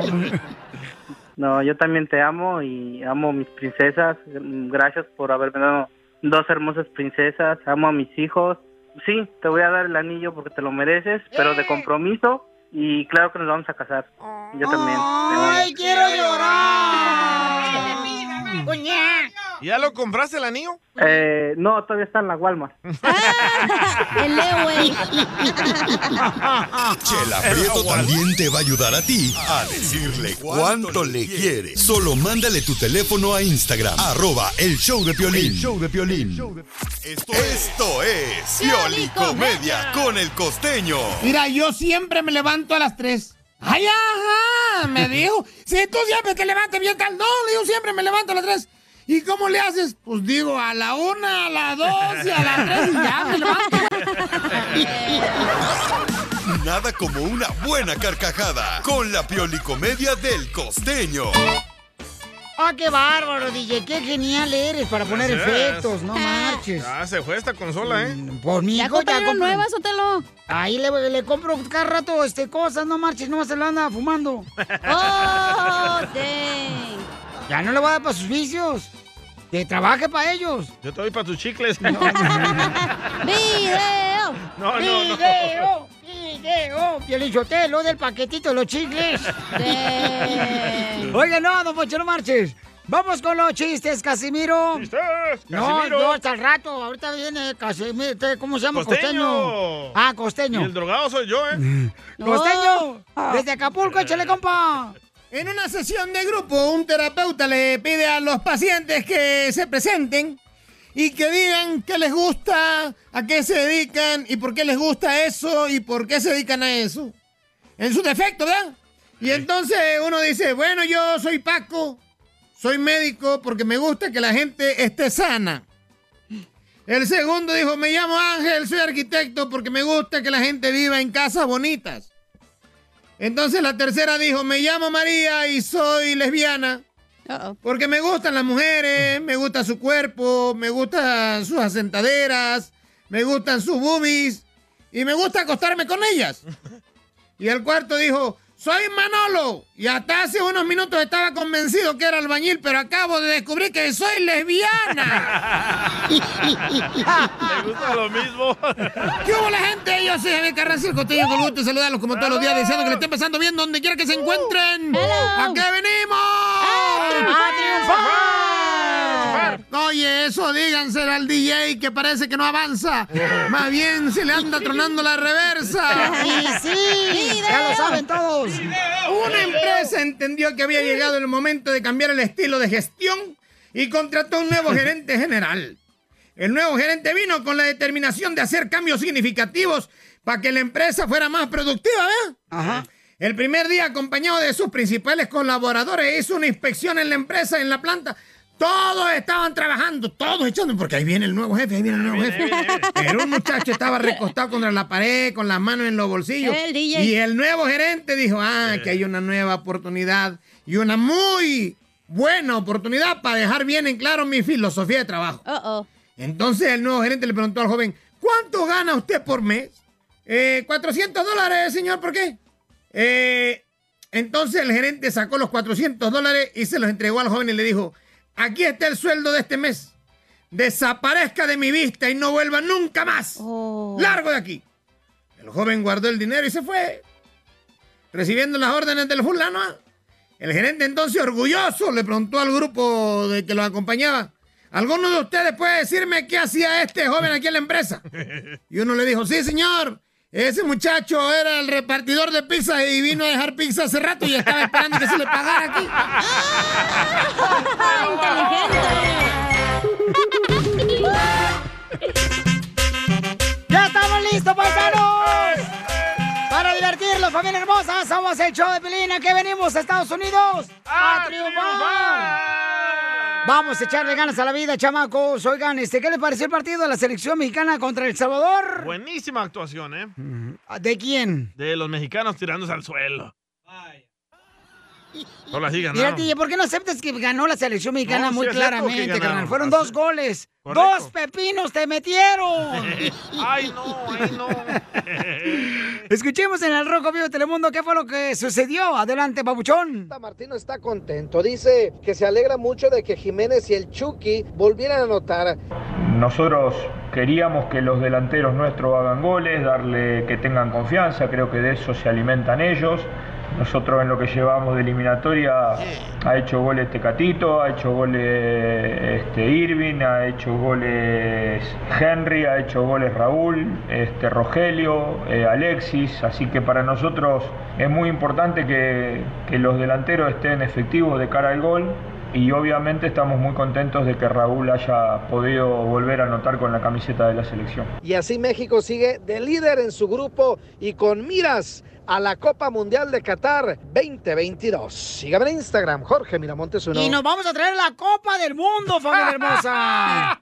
Speaker 10: No, yo también te amo y amo a mis princesas. Mm, Gracias por haberme dado dos hermosas princesas. Amo a mis hijos. Sí, te voy a dar el anillo porque te lo mereces, pero de compromiso. Y claro que nos vamos a casar.
Speaker 4: Ah.
Speaker 10: Yo también. te amo.
Speaker 3: ¡Ay, quiero llorar!
Speaker 4: ¿Ya lo compraste el anillo?
Speaker 10: Eh, no, todavía está en la Walmart.
Speaker 2: El
Speaker 4: *laughs*
Speaker 7: Chela Prieto también te va a ayudar a ti a decirle cuánto le quiere. Solo mándale tu teléfono a Instagram, arroba el show de Piolín.
Speaker 12: El
Speaker 7: show de Piolín. Esto, esto es Pioli Comedia con el costeño.
Speaker 12: Mira, yo siempre me levanto a las 3. ¡Ay, ajá! Me dijo. Si tú siempre te levantas bien tal. No, le digo, siempre me levanto a las 3. ¿Y cómo le haces? Pues digo, a la 1, a las 2 y a las 3 y ya me levanto.
Speaker 7: Nada como una buena carcajada con la Pioli Comedia del costeño.
Speaker 3: ¡Ah, qué bárbaro, DJ! ¡Qué genial eres para poner
Speaker 4: Gracias.
Speaker 3: efectos! ¡No marches! Mm,
Speaker 4: Ah, se fue esta consola, ¿eh?
Speaker 3: Por mi hijo,
Speaker 4: compré una
Speaker 3: compré-
Speaker 4: nueva,
Speaker 3: Ahí le, le compro cada rato este, cosas, no marches, no se lo anda fumando.
Speaker 2: ¡Oh, dang!
Speaker 3: Ya no le voy a dar para sus vicios. Que trabaje para ellos.
Speaker 4: Yo te doy para tus chicles.
Speaker 3: ¡Video!
Speaker 4: No, no, no. *laughs*
Speaker 3: ¡Video! ¡Video! Piolichotelo oh, del paquetito de los chicles. Oiga, no, don Poncho, no marches. Vamos con los chistes, Casimiro.
Speaker 4: ¡Chistes!
Speaker 3: No,
Speaker 4: Casimiro.
Speaker 3: no, hasta el rato. Ahorita viene Casimiro. ¿Cómo se llama?
Speaker 4: Costeño.
Speaker 3: Ah, costeño.
Speaker 4: Y el drogado soy yo, ¿eh?
Speaker 3: Costeño, desde Acapulco, échale compa.
Speaker 12: En una sesión de grupo, un terapeuta le pide a los pacientes que se presenten y que digan qué les gusta, a qué se dedican y por qué les gusta eso y por qué se dedican a eso. En su defecto, ¿verdad? Y entonces uno dice, bueno, yo soy Paco, soy médico porque me gusta que la gente esté sana. El segundo dijo, me llamo Ángel, soy arquitecto porque me gusta que la gente viva en casas bonitas. Entonces la tercera dijo, me llamo María y soy lesbiana. Porque me gustan las mujeres, me gusta su cuerpo, me gustan sus asentaderas, me gustan sus boobies y me gusta acostarme con ellas. Y el cuarto dijo, soy Manolo. Y hasta hace unos minutos estaba convencido que era albañil, pero acabo de descubrir que soy
Speaker 4: *laughs*
Speaker 12: lesbiana.
Speaker 4: Me gusta lo mismo.
Speaker 12: ¿Qué hubo la gente? Yo soy Javier Carranza, el costeño, con gusto de saludarlos como todos los días, deseando que le estén pasando bien donde quiera que se
Speaker 3: Uh,
Speaker 12: encuentren. ¡A qué venimos! ¡A triunfar! Oye, eso díganselo al DJ que parece que no avanza. Más bien se le anda tronando la reversa.
Speaker 3: *laughs* Y sí, ya lo saben todos.
Speaker 12: Una empresa entendió que había llegado el momento de cambiar el estilo de gestión y contrató un nuevo gerente general. El nuevo gerente vino con la determinación de hacer cambios significativos para que la empresa fuera más productiva, ¿verdad? Ajá. El primer día, acompañado de sus principales colaboradores, hizo una inspección en la empresa, en la planta. Todos estaban trabajando, todos echando, porque ahí viene el nuevo jefe, ahí viene el nuevo jefe. Pero un muchacho estaba recostado contra la pared, con las manos en los bolsillos.
Speaker 2: El DJ.
Speaker 12: Y el nuevo gerente dijo, ah, que hay una nueva oportunidad y una muy buena oportunidad para dejar bien en claro mi filosofía de trabajo. Entonces el nuevo gerente le preguntó al joven, ¿cuánto gana usted por mes? "Eh, 400 dólares, señor, ¿por qué? Eh, entonces el gerente sacó los 400 dólares y se los entregó al joven y le dijo, aquí está el sueldo de este mes. Desaparezca de mi vista y no vuelva nunca más.
Speaker 1: Oh.
Speaker 12: Largo de aquí. El joven guardó el dinero y se fue, recibiendo las órdenes del fulano. ¿ah? El gerente entonces orgulloso le preguntó al grupo de que lo acompañaba, ¿alguno de ustedes puede decirme qué hacía este joven aquí en la empresa? Y uno le dijo, sí, señor. Ese muchacho era el repartidor de pizzas y vino a dejar pizza hace rato y estaba esperando que se le pagara aquí.
Speaker 3: ¡Ya estamos listos, paisanos! Para divertirlos, familia hermosa, somos el show de Pelina que venimos a Estados Unidos a, triunfar. Vamos a echarle ganas a la vida, chamacos. Oigan, este, ¿qué les pareció el partido de la selección mexicana contra El Salvador?
Speaker 4: Buenísima actuación, ¿eh?
Speaker 3: Mm, ¿De quién?
Speaker 4: De los mexicanos tirándose al suelo. No la sigan,
Speaker 3: Mira, DJ, ¿por qué no aceptas que ganó la selección mexicana
Speaker 4: No, sí
Speaker 3: muy
Speaker 4: es cierto que
Speaker 3: claramente,
Speaker 4: ganaron.
Speaker 3: carnal? Fueron dos goles.
Speaker 4: Correcto.
Speaker 3: ¡Dos pepinos te metieron!
Speaker 4: *laughs* ay, no, ay, no.
Speaker 3: *laughs* Escuchemos en el Rojo Vivo de Telemundo qué fue lo que sucedió. Adelante, babuchón.
Speaker 8: Martino está contento. Dice que se alegra mucho de que Jiménez y el Chucky volvieran a anotar.
Speaker 11: Nosotros queríamos que los delanteros nuestros hagan goles, darle que tengan confianza, creo que de eso se alimentan ellos. Nosotros en lo que llevamos de eliminatoria ha hecho goles Tecatito, ha hecho goles este, Irving, ha hecho goles Henry, ha hecho goles Raúl, este, Rogelio, eh, Alexis. Así que para nosotros es muy importante que, que los delanteros estén efectivos de cara al gol. Y obviamente estamos muy contentos de que Raúl haya podido volver a anotar con la camiseta de la selección.
Speaker 8: Y así México sigue de líder en su grupo y con miras a la Copa Mundial de Qatar 2022. Sígame en Instagram, Jorge Miramontes uno.
Speaker 3: Y nos vamos a traer la Copa del Mundo, familia
Speaker 4: *laughs*
Speaker 3: hermosa.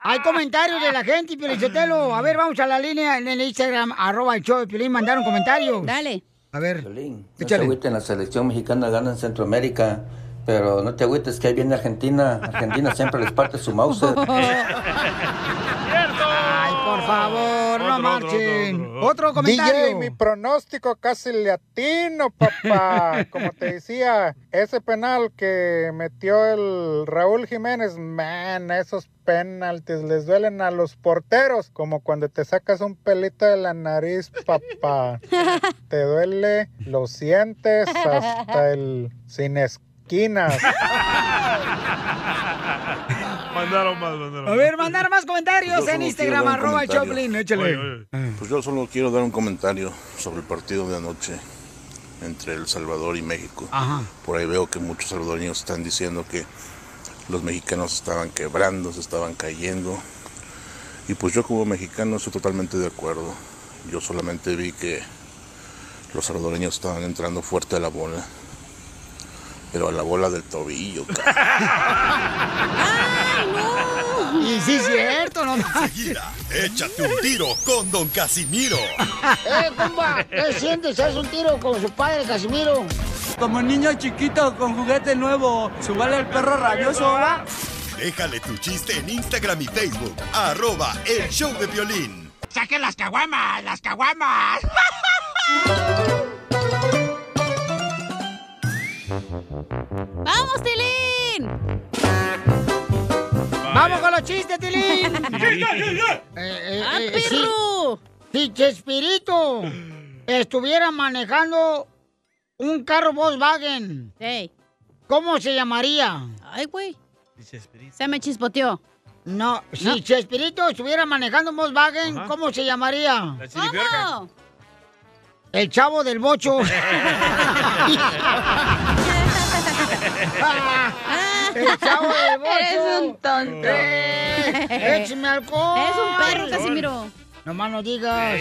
Speaker 3: Hay comentarios de la gente, Piolichotelo. A ver, vamos a la línea en el Instagram, arroba el show de Piolín, mandaron comentarios.
Speaker 2: Dale.
Speaker 3: A ver.
Speaker 15: No te agüiten, la selección mexicana gana en Centroamérica, pero no te agüites que ahí viene Argentina. Argentina siempre les parte su mouse.
Speaker 3: *laughs*
Speaker 15: *laughs*
Speaker 3: Ay, por favor, no marchen. Otro, comentario.
Speaker 25: DJ, mi pronóstico casi le
Speaker 3: *laughs*
Speaker 25: atino, papá. Como te decía, ese penal que metió el Raúl Jiménez, man, esos penaltis les duelen a los porteros, como cuando te sacas un pelito de la nariz,
Speaker 3: *laughs*
Speaker 25: papá. Te duele, lo sientes hasta el sin esquinas.
Speaker 4: *laughs* Mandaron más, mandaron
Speaker 3: A ver, mandar más comentarios en
Speaker 26: solo
Speaker 3: Instagram,
Speaker 26: quiero dar un
Speaker 3: arroba el
Speaker 26: comentario.
Speaker 3: Choplin, échale.
Speaker 26: Oye, oye. Pues yo solo quiero dar un comentario sobre el partido de anoche entre El Salvador y México.
Speaker 3: Ajá.
Speaker 26: Por ahí veo que muchos salvadoreños están diciendo que los mexicanos estaban quebrando, se estaban cayendo. Y pues yo como mexicano estoy totalmente de acuerdo. Yo solamente vi que los salvadoreños estaban entrando fuerte a la bola. Pero a la bola del tobillo,
Speaker 3: Y sí, es cierto, no
Speaker 7: Enseguida, échate un tiro con Don Casimiro.
Speaker 3: ¡Eh, compa! ¿Qué sientes? ¿Haz un tiro con su padre, Casimiro?
Speaker 27: Como niño chiquito con juguete nuevo, subale el perro rabioso, ¿va?
Speaker 7: Déjale tu chiste en Instagram y Facebook. Arroba el show de violín.
Speaker 28: ¡Saquen las caguamas! ¡Las caguamas!
Speaker 2: ¡Vamos, Tilín!
Speaker 3: ¡Vamos con los chistes,
Speaker 1: *laughs*
Speaker 3: Tilín!
Speaker 1: Sí.
Speaker 2: ¡Ah,
Speaker 3: perro! Si Chespirito estuviera manejando un carro Volkswagen, ¿cómo se llamaría?
Speaker 2: Ay, güey. Se me chispoteó.
Speaker 3: No, si Chespirito estuviera manejando un Volkswagen,
Speaker 2: Ajá.
Speaker 3: ¿cómo se llamaría?
Speaker 2: ¿Cómo?
Speaker 3: El chavo del bocho. El chavo del bocho.
Speaker 1: *laughs* Eres un
Speaker 3: tonto. *laughs*
Speaker 1: Eh,
Speaker 3: échame alcohol.
Speaker 1: Eres un perro,
Speaker 2: Casimiro.
Speaker 3: Nomás no digas.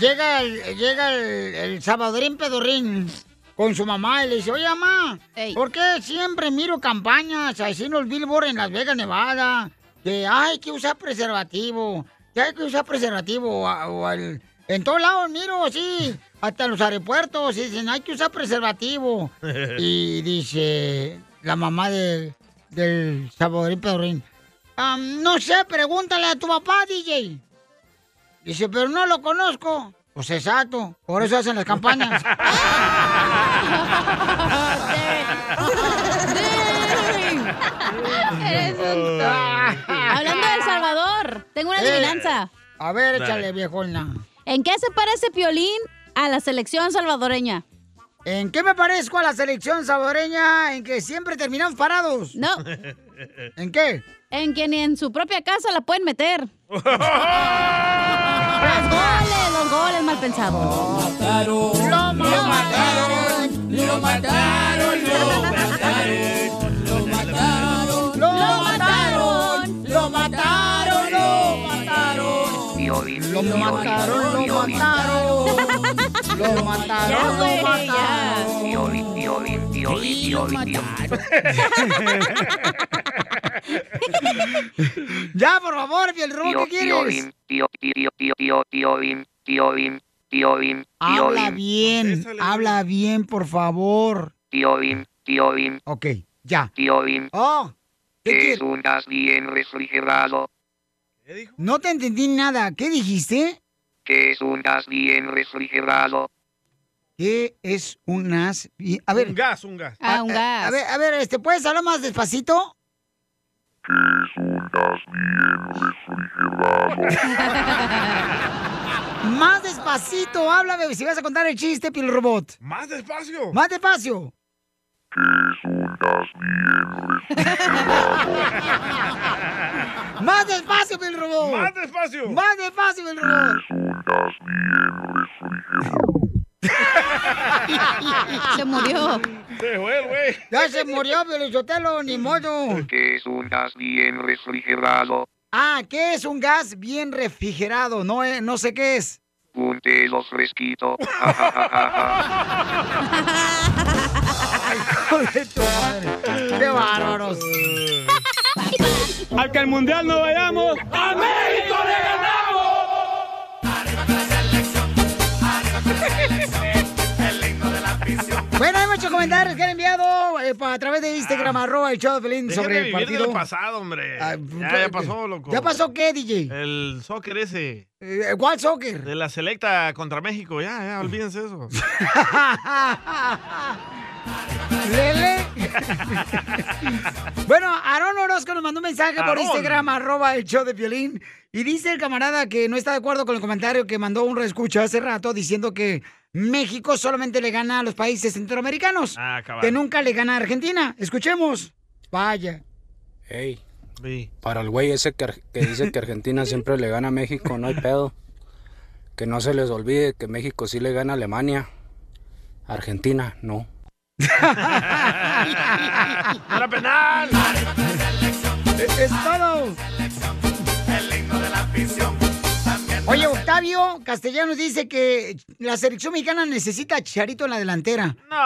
Speaker 3: Llega el, llega el, el Salvadorín Pedorrín con su mamá y le dice, oye, mamá, ¿por qué siempre miro campañas así en los Billboard en Las Vegas, Nevada? Que hay que usar preservativo, que hay que usar preservativo. O, a- o al- en todos lados miro, sí, hasta en los aeropuertos dicen, hay que usar preservativo. Y dice la mamá de, del Salvadorín Pedorrín, "Ah, no sé, pregúntale a tu papá, DJ. Dice, pero no lo conozco. Pues exacto, por eso hacen las campañas.
Speaker 2: Eres un tonto. Hablando de El Salvador, tengo una
Speaker 3: Eh.
Speaker 2: adivinanza.
Speaker 3: A ver,
Speaker 2: Dale. *laughs*
Speaker 3: échale, viejona.
Speaker 2: ¿En qué se parece Piolín a la selección salvadoreña?
Speaker 3: ¿En qué me parezco a la selección salvadoreña en que siempre terminamos parados?
Speaker 2: No.
Speaker 3: ¿En qué?
Speaker 2: En que ni en su propia casa la pueden meter. *laughs* los goles, los goles mal pensados.
Speaker 1: Lo mataron, lo mataron, lo mataron, lo mataron, lo mataron, lo mataron, lo
Speaker 3: Lo
Speaker 1: mataron.
Speaker 3: mataron, lo mataron. Lo mataron, lo mataron. Ya, por favor, Fiel Robo, ¿qué quieres? Habla bien, habla bien, por favor.
Speaker 29: Tío Bim, tío Bim.
Speaker 3: Ok, ya.
Speaker 29: Tío Bim.
Speaker 3: Oh,
Speaker 29: Es un gas bien refrigerado.
Speaker 3: No te entendí nada. ¿Qué dijiste?
Speaker 29: Que es un gas bien refrigerado.
Speaker 3: ¿Qué
Speaker 19: eh,
Speaker 3: es un as? Y- A ver.
Speaker 4: Un gas, un gas.
Speaker 3: Ah, eh, A- A, a ver, a ver, este, ¿puedes hablar más despacito?
Speaker 1: Es un gas bien refrigerado.
Speaker 3: Más despacito, háblame si vas a contar el chiste, Pil Robot.
Speaker 4: Más despacio.
Speaker 3: Más despacio. Más despacio, Pil Robot.
Speaker 4: Más despacio.
Speaker 3: Más despacio, Pil Robot.
Speaker 2: *laughs* Se murió.
Speaker 4: Se fue el güey.
Speaker 3: Ya se murió, Pelichotelo, ni modo.
Speaker 30: que es un gas bien refrigerado,
Speaker 3: Ah, ¿qué es un gas bien refrigerado? No, eh, no sé qué es.
Speaker 30: un telo fresquito. *laughs* Ja, ja, ja, ja, ja.
Speaker 3: ¡Qué bárbaros!
Speaker 14: Al que al mundial no vayamos, ¡a México
Speaker 3: Bueno, hay muchos comentarios que han enviado eh, pa- a través de Instagram, arroba el show de Pelín,
Speaker 4: Dejen
Speaker 3: sobre
Speaker 4: Ah. de
Speaker 3: el
Speaker 4: vivir
Speaker 3: partido. Ah, pues,
Speaker 4: del pasado, hombre. ya,
Speaker 3: ¿qué-
Speaker 4: ya pasó, loco.
Speaker 3: ¿Ya pasó qué, DJ?
Speaker 4: El soccer ese.
Speaker 3: Eh, ¿Cuál soccer?
Speaker 4: De la selecta contra México. Ya, ya, olvídense
Speaker 3: *laughs*
Speaker 4: eso.
Speaker 3: Lele. bueno, Aaron Orozco nos mandó un mensaje por
Speaker 1: Aarón.
Speaker 3: Instagram, arroba el show de violín. Y dice el camarada que no está de acuerdo con el comentario que mandó un reescucha hace rato diciendo que México solamente le gana a los países centroamericanos.
Speaker 4: Ah, cabal.
Speaker 3: que nunca le gana a Argentina. Escuchemos. Vaya.
Speaker 20: Ey, para el güey ese que, Ar- que dice que Argentina siempre le gana a México, no hay pedo. Que no se les olvide que México sí le gana a Alemania. Argentina, no.
Speaker 4: ¡Era penal!
Speaker 3: Es, es todo. Oye, Octavio Castellanos dice que la selección mexicana necesita a Chicharito en la delantera.
Speaker 4: No.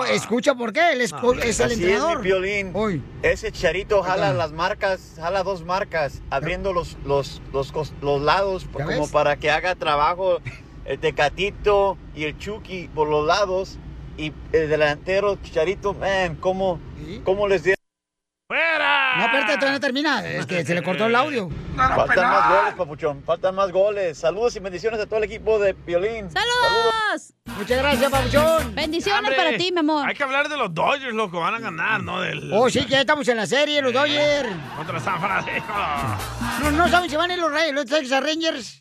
Speaker 3: Oh, escucha por qué. Él es, es el
Speaker 21: Ah. Así
Speaker 3: entrenador.
Speaker 21: Es, mi Piolín. Ese charito jala las marcas, jala dos marcas, abriendo los, los, los, cos- los lados
Speaker 3: ¿Ya
Speaker 21: como
Speaker 3: ves?
Speaker 21: para que haga trabajo el Tecatito y el Chucky por los lados. Y el delantero, Chicharito, man, ¿cómo, cómo les dieron?
Speaker 3: No, espérate, todavía no termina. Es que se le cortó el audio.
Speaker 21: Faltan más goles, papuchón. Faltan más goles. Saludos y bendiciones a todo el equipo de Piolín.
Speaker 2: ¡Saludos!
Speaker 3: Muchas gracias, Pabuchón.
Speaker 2: Bendiciones
Speaker 4: Hombre,
Speaker 2: para ti, mi amor.
Speaker 4: Hay que hablar de los Dodgers, loco. Van a ganar, ¿no? Del,
Speaker 3: Oh, sí, que ya estamos en la serie,
Speaker 21: Eh.
Speaker 3: los Dodgers.
Speaker 4: Contra San Francisco.
Speaker 3: No, no saben si van a ir los Reyes, los Texas Rangers.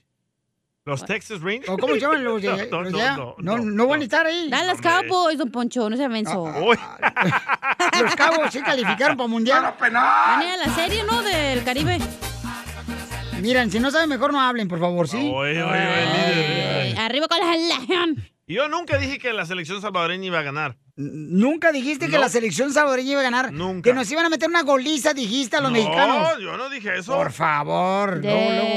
Speaker 4: Los Texas Rangers.
Speaker 3: ¿O cómo se llaman los de-
Speaker 4: *laughs* No, no,
Speaker 3: los de allá?
Speaker 4: no, Ah,
Speaker 3: No, no van a estar ahí.
Speaker 2: Dallas
Speaker 3: Hombre.
Speaker 2: Cowboys, don Poncho, no sea menso. *laughs*
Speaker 3: Los Cowboys sí calificaron para Mundial.
Speaker 2: Van a ir a la serie, ¿no? Del Caribe.
Speaker 3: Miren, si no saben, mejor no hablen, por favor, ¿sí?
Speaker 2: Eh, arriba con la selección.
Speaker 4: Yo nunca dije que la selección salvadoreña iba a ganar.
Speaker 3: Nunca dijiste que
Speaker 4: No.
Speaker 3: la selección salvadoreña iba a ganar. Nunca. Que nos iban a meter una goliza, dijiste a los
Speaker 4: no,
Speaker 3: mexicanos.
Speaker 4: yo no dije eso.
Speaker 3: Por favor, luego, luego.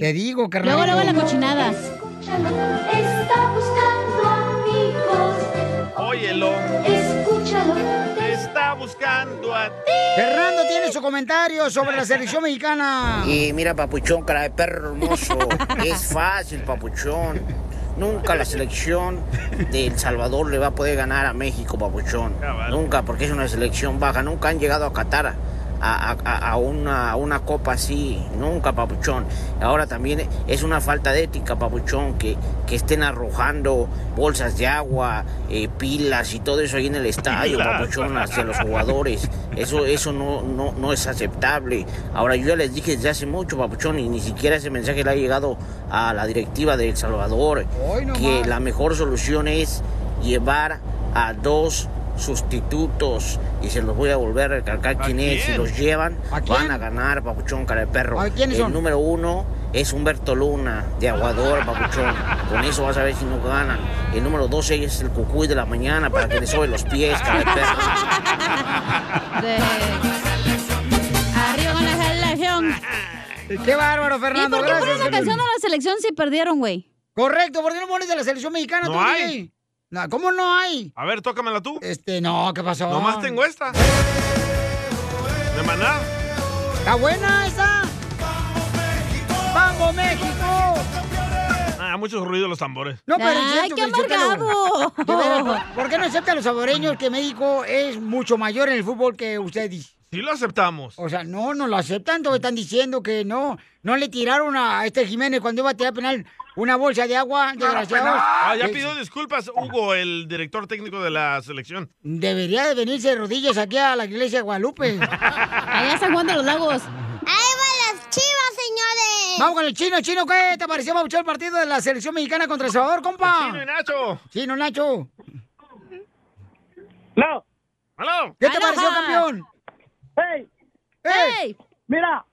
Speaker 3: Te digo, carnal.
Speaker 2: Luego, luego la cochinada.
Speaker 1: Está buscando amigos.
Speaker 4: Óyelo.
Speaker 1: Escúchalo.
Speaker 4: Te está buscando a ti.
Speaker 3: Fernando tiene su comentario sobre la selección mexicana.
Speaker 31: Y mira, papuchón, cara de perro
Speaker 4: *laughs*
Speaker 31: hermoso. es fácil, papuchón. Nunca la selección de El Salvador le va a poder ganar a México, papuchón. Nunca, porque es una selección baja. Nunca han llegado a Qatar. A, a- a- a una, a una copa así, nunca, papuchón. Ahora también es una falta de ética, papuchón, que, que estén arrojando bolsas de agua, eh, pilas y todo eso ahí en el estadio,
Speaker 23: Pilas.
Speaker 31: papuchón, hacia los jugadores. Eso, eso no, no, no es aceptable. Ahora, yo ya les dije desde hace mucho, papuchón, y ni siquiera ese mensaje le ha llegado a la directiva de El Salvador,
Speaker 3: Hoy nomás.
Speaker 31: que la mejor solución es llevar a dos sustitutos y se los voy a volver a recalcar quién es si
Speaker 3: quién?
Speaker 31: los llevan
Speaker 3: quién?
Speaker 31: van a ganar papuchón cara de perro
Speaker 3: ¿A quiénes
Speaker 31: el
Speaker 3: son?
Speaker 31: número uno es Humberto Luna de Aguador papuchón con eso vas a ver si no ganan el número 12 es el cucuy de la mañana para que le sobe los pies cara de perro
Speaker 2: De- Arriba con la selección.
Speaker 3: Qué bárbaro, Fernando.
Speaker 2: ¿Y por qué
Speaker 3: gracias,
Speaker 2: ponen la
Speaker 3: Piolín.
Speaker 2: canción de la selección si perdieron, güey?
Speaker 3: Correcto, ¿por qué no pones de la selección mexicana
Speaker 4: No
Speaker 3: tú,
Speaker 4: hay.
Speaker 3: DJ? No, ¿Cómo no hay?
Speaker 4: A ver, tócamela tú.
Speaker 3: Este, no, ¿qué pasó?
Speaker 4: Nomás tengo esta. De maná.
Speaker 3: ¿Está buena esa? ¡Vamos, México!
Speaker 4: Ah, muchos ruidos los tambores.
Speaker 3: No, pues, pero es
Speaker 2: Ay,
Speaker 3: cierto,
Speaker 2: qué
Speaker 3: Felicitelo. *laughs*
Speaker 2: amargado.
Speaker 3: De veras, ¿Por qué no aceptan los saboreños que México es mucho mayor en el fútbol que ustedes?
Speaker 4: Sí lo aceptamos.
Speaker 3: O sea, no, no lo aceptan, todo están diciendo que no. No le tiraron a este Jiménez cuando iba a tirar penal una bolsa de agua, desgraciados.
Speaker 4: Ah, ya
Speaker 3: Eh,
Speaker 4: pidió disculpas Hugo, el director técnico de la selección.
Speaker 3: Debería de venirse de rodillas aquí a la iglesia de Guadalupe. Allá
Speaker 2: San Juan de los Lagos.
Speaker 32: ¡Ahí van las chivas, señores!
Speaker 3: Vamos con el chino, chino, ¿qué te pareció, Babuchón, el partido de la selección mexicana contra El Salvador, compa?
Speaker 4: Chino y Nacho.
Speaker 3: Chino, Nacho.
Speaker 5: No.
Speaker 3: ¿Qué te pareció, campeón?
Speaker 5: ¡Hey! ¡Hey! Mira,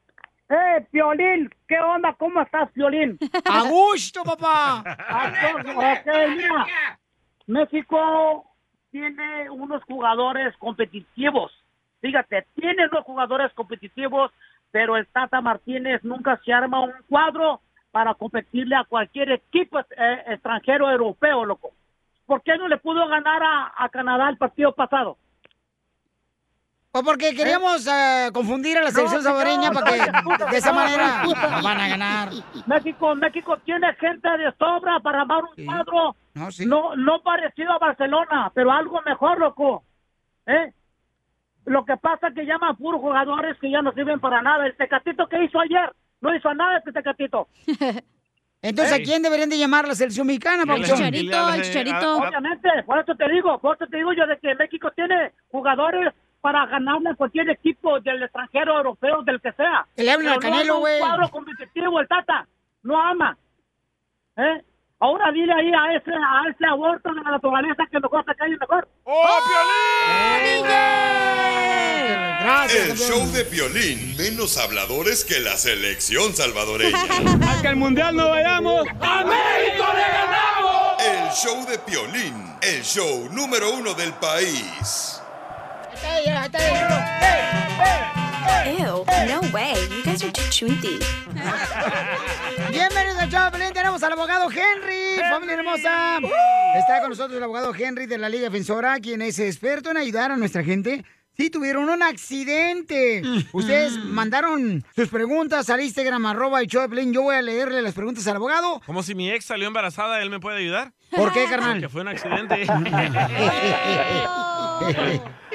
Speaker 5: ¡eh, Piolín! ¿Qué onda? ¿Cómo estás, Piolín?
Speaker 3: ¡A gusto, papá!
Speaker 5: ok, mira. México tiene unos jugadores competitivos. Fíjate, tiene unos jugadores competitivos, pero el Tata Martínez nunca se arma un cuadro para competirle a cualquier equipo eh, extranjero europeo, loco. ¿Por qué no le pudo ganar a- a Canadá el partido pasado?
Speaker 3: Pues porque queríamos eh, confundir a la
Speaker 5: No,
Speaker 3: selección
Speaker 5: no,
Speaker 3: salvadoreña
Speaker 5: no,
Speaker 3: para que
Speaker 5: no,
Speaker 3: de esa
Speaker 5: no,
Speaker 3: manera
Speaker 5: no, no.
Speaker 3: van a ganar.
Speaker 5: México, México tiene gente de sobra para armar un cuadro.
Speaker 3: No,
Speaker 5: no, parecido a Barcelona, pero algo mejor, loco. ¿Eh? Lo que pasa es que llaman puros jugadores que ya no sirven para nada. El Tecatito que hizo ayer, no hizo nada este Tecatito.
Speaker 3: *laughs* Entonces, ¿a quién deberían de llamar la selección mexicana,
Speaker 5: El
Speaker 3: Papuchón?
Speaker 5: Obviamente, por eso te digo, por eso te digo yo de que México tiene jugadores para ganarle a cualquier equipo del extranjero, europeo, del que sea.
Speaker 3: Que le hablen
Speaker 5: Pero
Speaker 3: al Canelo,
Speaker 5: no arma un
Speaker 3: güey.
Speaker 5: cuadro competitivo, el Tata. No ama. ¿Eh? Ahora dile ahí a ese, a ese aborto de la naturaleza que mejor se calle mejor.
Speaker 4: ¡Oh,
Speaker 3: Gracias,
Speaker 7: El
Speaker 3: campeón.
Speaker 7: show de violín menos habladores que la selección salvadoreña.
Speaker 14: A que el mundial no vayamos. ¡A México le ganamos!
Speaker 7: El show de violín, el show número uno del país.
Speaker 6: Ew, no way. You guys are too chunty.
Speaker 3: *laughs* Bienvenidos al show, de Pelín. Tenemos al abogado Henry, familia hermosa. Está con nosotros el abogado Henry de la Liga Defensora, quien es experto en ayudar a nuestra gente. Si tuvieron un accidente, ustedes mandaron sus preguntas al Instagram arroba el show de Pelín. Yo voy a leerle las preguntas al
Speaker 4: *laughs*
Speaker 3: abogado.
Speaker 4: Como si mi ex salió embarazada, ¿él me puede ayudar?
Speaker 3: ¿Por qué, carnal?
Speaker 4: Porque fue
Speaker 3: *laughs*
Speaker 4: un accidente.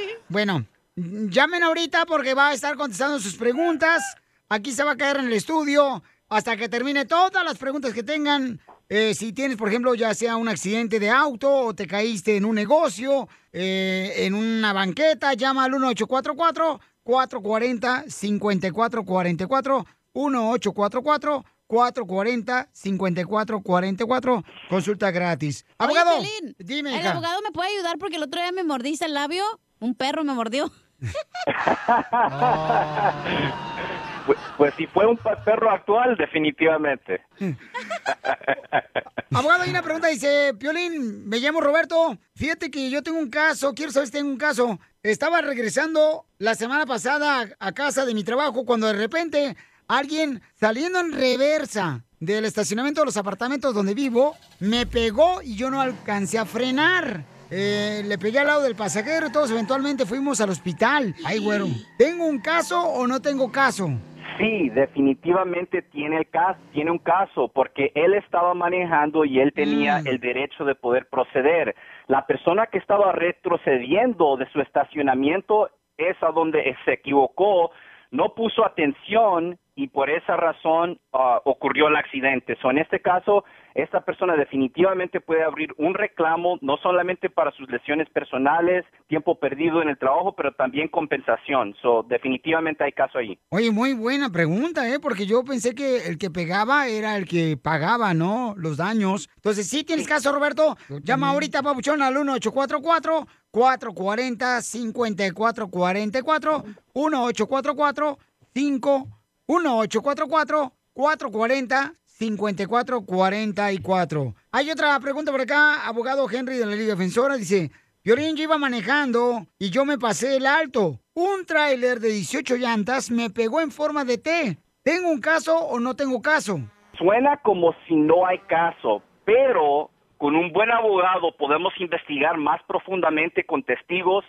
Speaker 4: *laughs*
Speaker 3: bueno, llamen ahorita porque va a estar contestando sus preguntas. Aquí se va a caer en el estudio hasta que termine todas las preguntas que tengan. Eh, si tienes, por ejemplo, ya sea un accidente de auto o te caíste en un negocio, eh, en una banqueta, llama al 1844 440 5444 1844 440 5444 Consulta gratis.
Speaker 2: Oye,
Speaker 3: Abogado,
Speaker 2: Piolín,
Speaker 3: dime.
Speaker 2: El
Speaker 3: hija.
Speaker 2: abogado me puede ayudar porque el otro día me mordiste el labio. Un perro
Speaker 3: *laughs*
Speaker 2: me mordió.
Speaker 9: *laughs* Pues, pues si fue un pa- perro actual, definitivamente.
Speaker 3: Abogado, hay una pregunta, dice, Piolín, me llamo Roberto, fíjate que yo tengo un caso, quiero saber si tengo un caso. Estaba regresando la semana pasada a a casa de mi trabajo cuando de repente alguien saliendo en reversa del estacionamiento de los apartamentos donde vivo, me pegó y yo no alcancé a frenar. Eh, le pegué al lado del pasajero y todos eventualmente fuimos al hospital. Ay, güero, ¿tengo un caso o no tengo caso?
Speaker 9: Sí, definitivamente tiene, el cas- tiene un caso, porque él estaba manejando y él tenía el derecho de poder proceder. La persona que estaba retrocediendo de su estacionamiento es a donde se equivocó, no puso atención y por esa razón ah, ocurrió el accidente. So, en este caso, esta persona definitivamente puede abrir un reclamo, no solamente para sus lesiones personales, tiempo perdido en el trabajo, pero también compensación. So, definitivamente hay caso ahí.
Speaker 3: Oye, muy buena pregunta, ¿eh? Porque yo pensé que el que pegaba era el que pagaba, ¿no? Los daños. Entonces, sí tienes caso, Roberto. Llama ahorita, papuchón, al 1844-440-5444. 1844 5 1844 440 5444 Hay otra pregunta por acá, abogado Henry de la Liga Defensora, dice, Piorín, yo iba manejando y yo me pasé el alto. Un tráiler de 18 llantas me pegó en forma de T. ¿Tengo un caso o no tengo caso?
Speaker 9: Suena como si no hay caso, pero con un buen abogado podemos investigar más profundamente con testigos,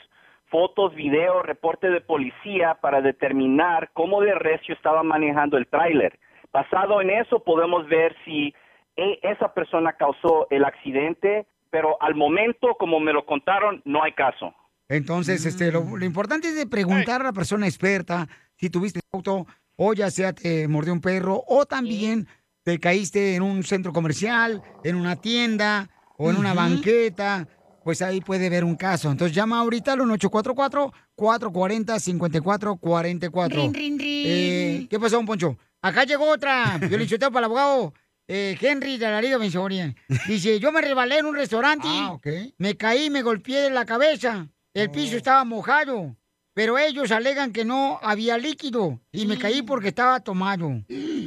Speaker 9: fotos, videos, reporte de policía para determinar cómo de recio estaba manejando el tráiler. Basado en eso podemos ver si e- esa persona causó el accidente, pero al momento, como me lo contaron, no hay caso.
Speaker 3: Entonces, este,
Speaker 12: Mm.
Speaker 3: lo, lo importante es de preguntar a la persona experta si tuviste auto o ya sea te mordió un perro o también te caíste en un centro comercial, en una tienda o en una
Speaker 12: Ujú.
Speaker 3: banqueta. Pues ahí puede haber un caso. Entonces llama ahorita al 1844-440-5444.
Speaker 12: Rin, rin, rin.
Speaker 3: Eh, ¿Qué pasó, don Poncho? Acá llegó otra, yo le chuteo para el abogado eh, Henry de la Liga Venceoría. Dice, yo me rebalé en un restaurante,
Speaker 1: Ah, ok.
Speaker 3: me caí, me golpeé en la cabeza,
Speaker 9: Oh.
Speaker 3: el piso estaba mojado, pero ellos alegan que no había líquido y me caí porque estaba
Speaker 9: *gasps*
Speaker 3: tomado.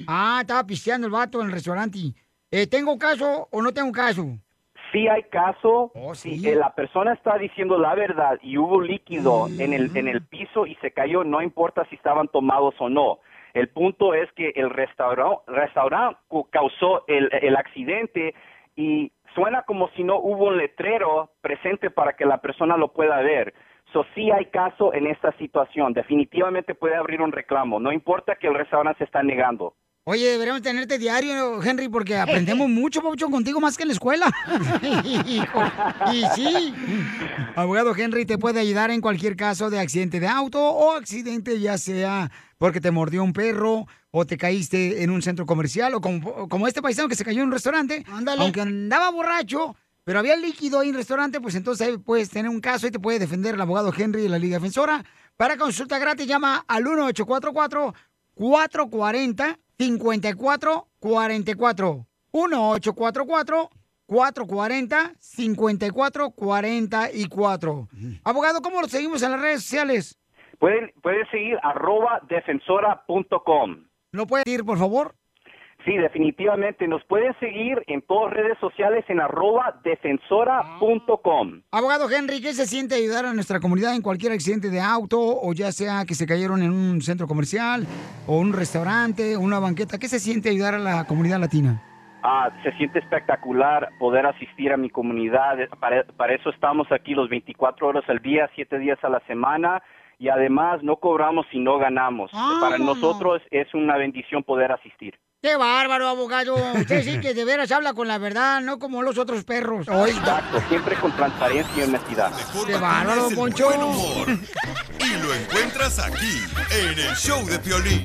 Speaker 3: Ah, estaba pisteando el vato en el restaurante. Eh, ¿Tengo caso o no tengo caso?
Speaker 9: Si hay caso, si eh, la persona está diciendo la verdad y hubo líquido en, el, en el piso y se cayó, no importa si estaban tomados o no. El punto es que el restaurante causó el, el accidente y suena como si no hubo un letrero presente para que la persona lo pueda ver. So, sí hay caso en esta situación. Definitivamente puede abrir un reclamo. No importa que el restaurante se está negando.
Speaker 3: Oye, deberíamos tenerte diario, Henry, porque
Speaker 9: *laughs*
Speaker 3: aprendemos mucho, Pabuchón, contigo más que en la escuela. *laughs* Hijo. Y sí, abogado Henry te puede ayudar en cualquier caso de accidente de auto o accidente ya sea porque te mordió un perro o te caíste en un centro comercial o como, como este paisano que se cayó en un restaurante, aunque andaba borracho, pero había líquido ahí en el restaurante, pues entonces ahí puedes tener un caso y te puede defender el abogado Henry de la Liga Defensora. Para consulta gratis llama al 1844 440 5444 1844 440 5444 Abogado, ¿cómo lo seguimos en las redes sociales?
Speaker 9: Pueden, pueden seguir arroba defensora.com.
Speaker 3: ¿Lo puede ir, por favor?
Speaker 9: Sí, definitivamente. Nos pueden seguir en todas redes sociales en arroba defensora.com.
Speaker 3: Abogado Henry, ¿qué se siente ayudar a nuestra comunidad en cualquier accidente de auto o ya sea que se cayeron en un centro comercial o un restaurante o una banqueta? ¿Qué se siente ayudar a la comunidad latina?
Speaker 9: Ah, se siente espectacular poder asistir a mi comunidad. Para, para eso estamos aquí los 24 horas al día, 7 días a la semana. Y además no cobramos si no ganamos.
Speaker 3: Ah,
Speaker 9: para
Speaker 3: no, no.
Speaker 9: nosotros es una bendición poder asistir.
Speaker 3: ¡Qué bárbaro, abogado! Usted sí que de veras habla con la verdad, no como los otros perros. ¡Ay,
Speaker 9: Exacto, siempre con transparencia y honestidad.
Speaker 3: qué bárbaro,
Speaker 7: Es el
Speaker 3: Poncho!
Speaker 7: buen humor. Y lo encuentras aquí, en el show de Piolín.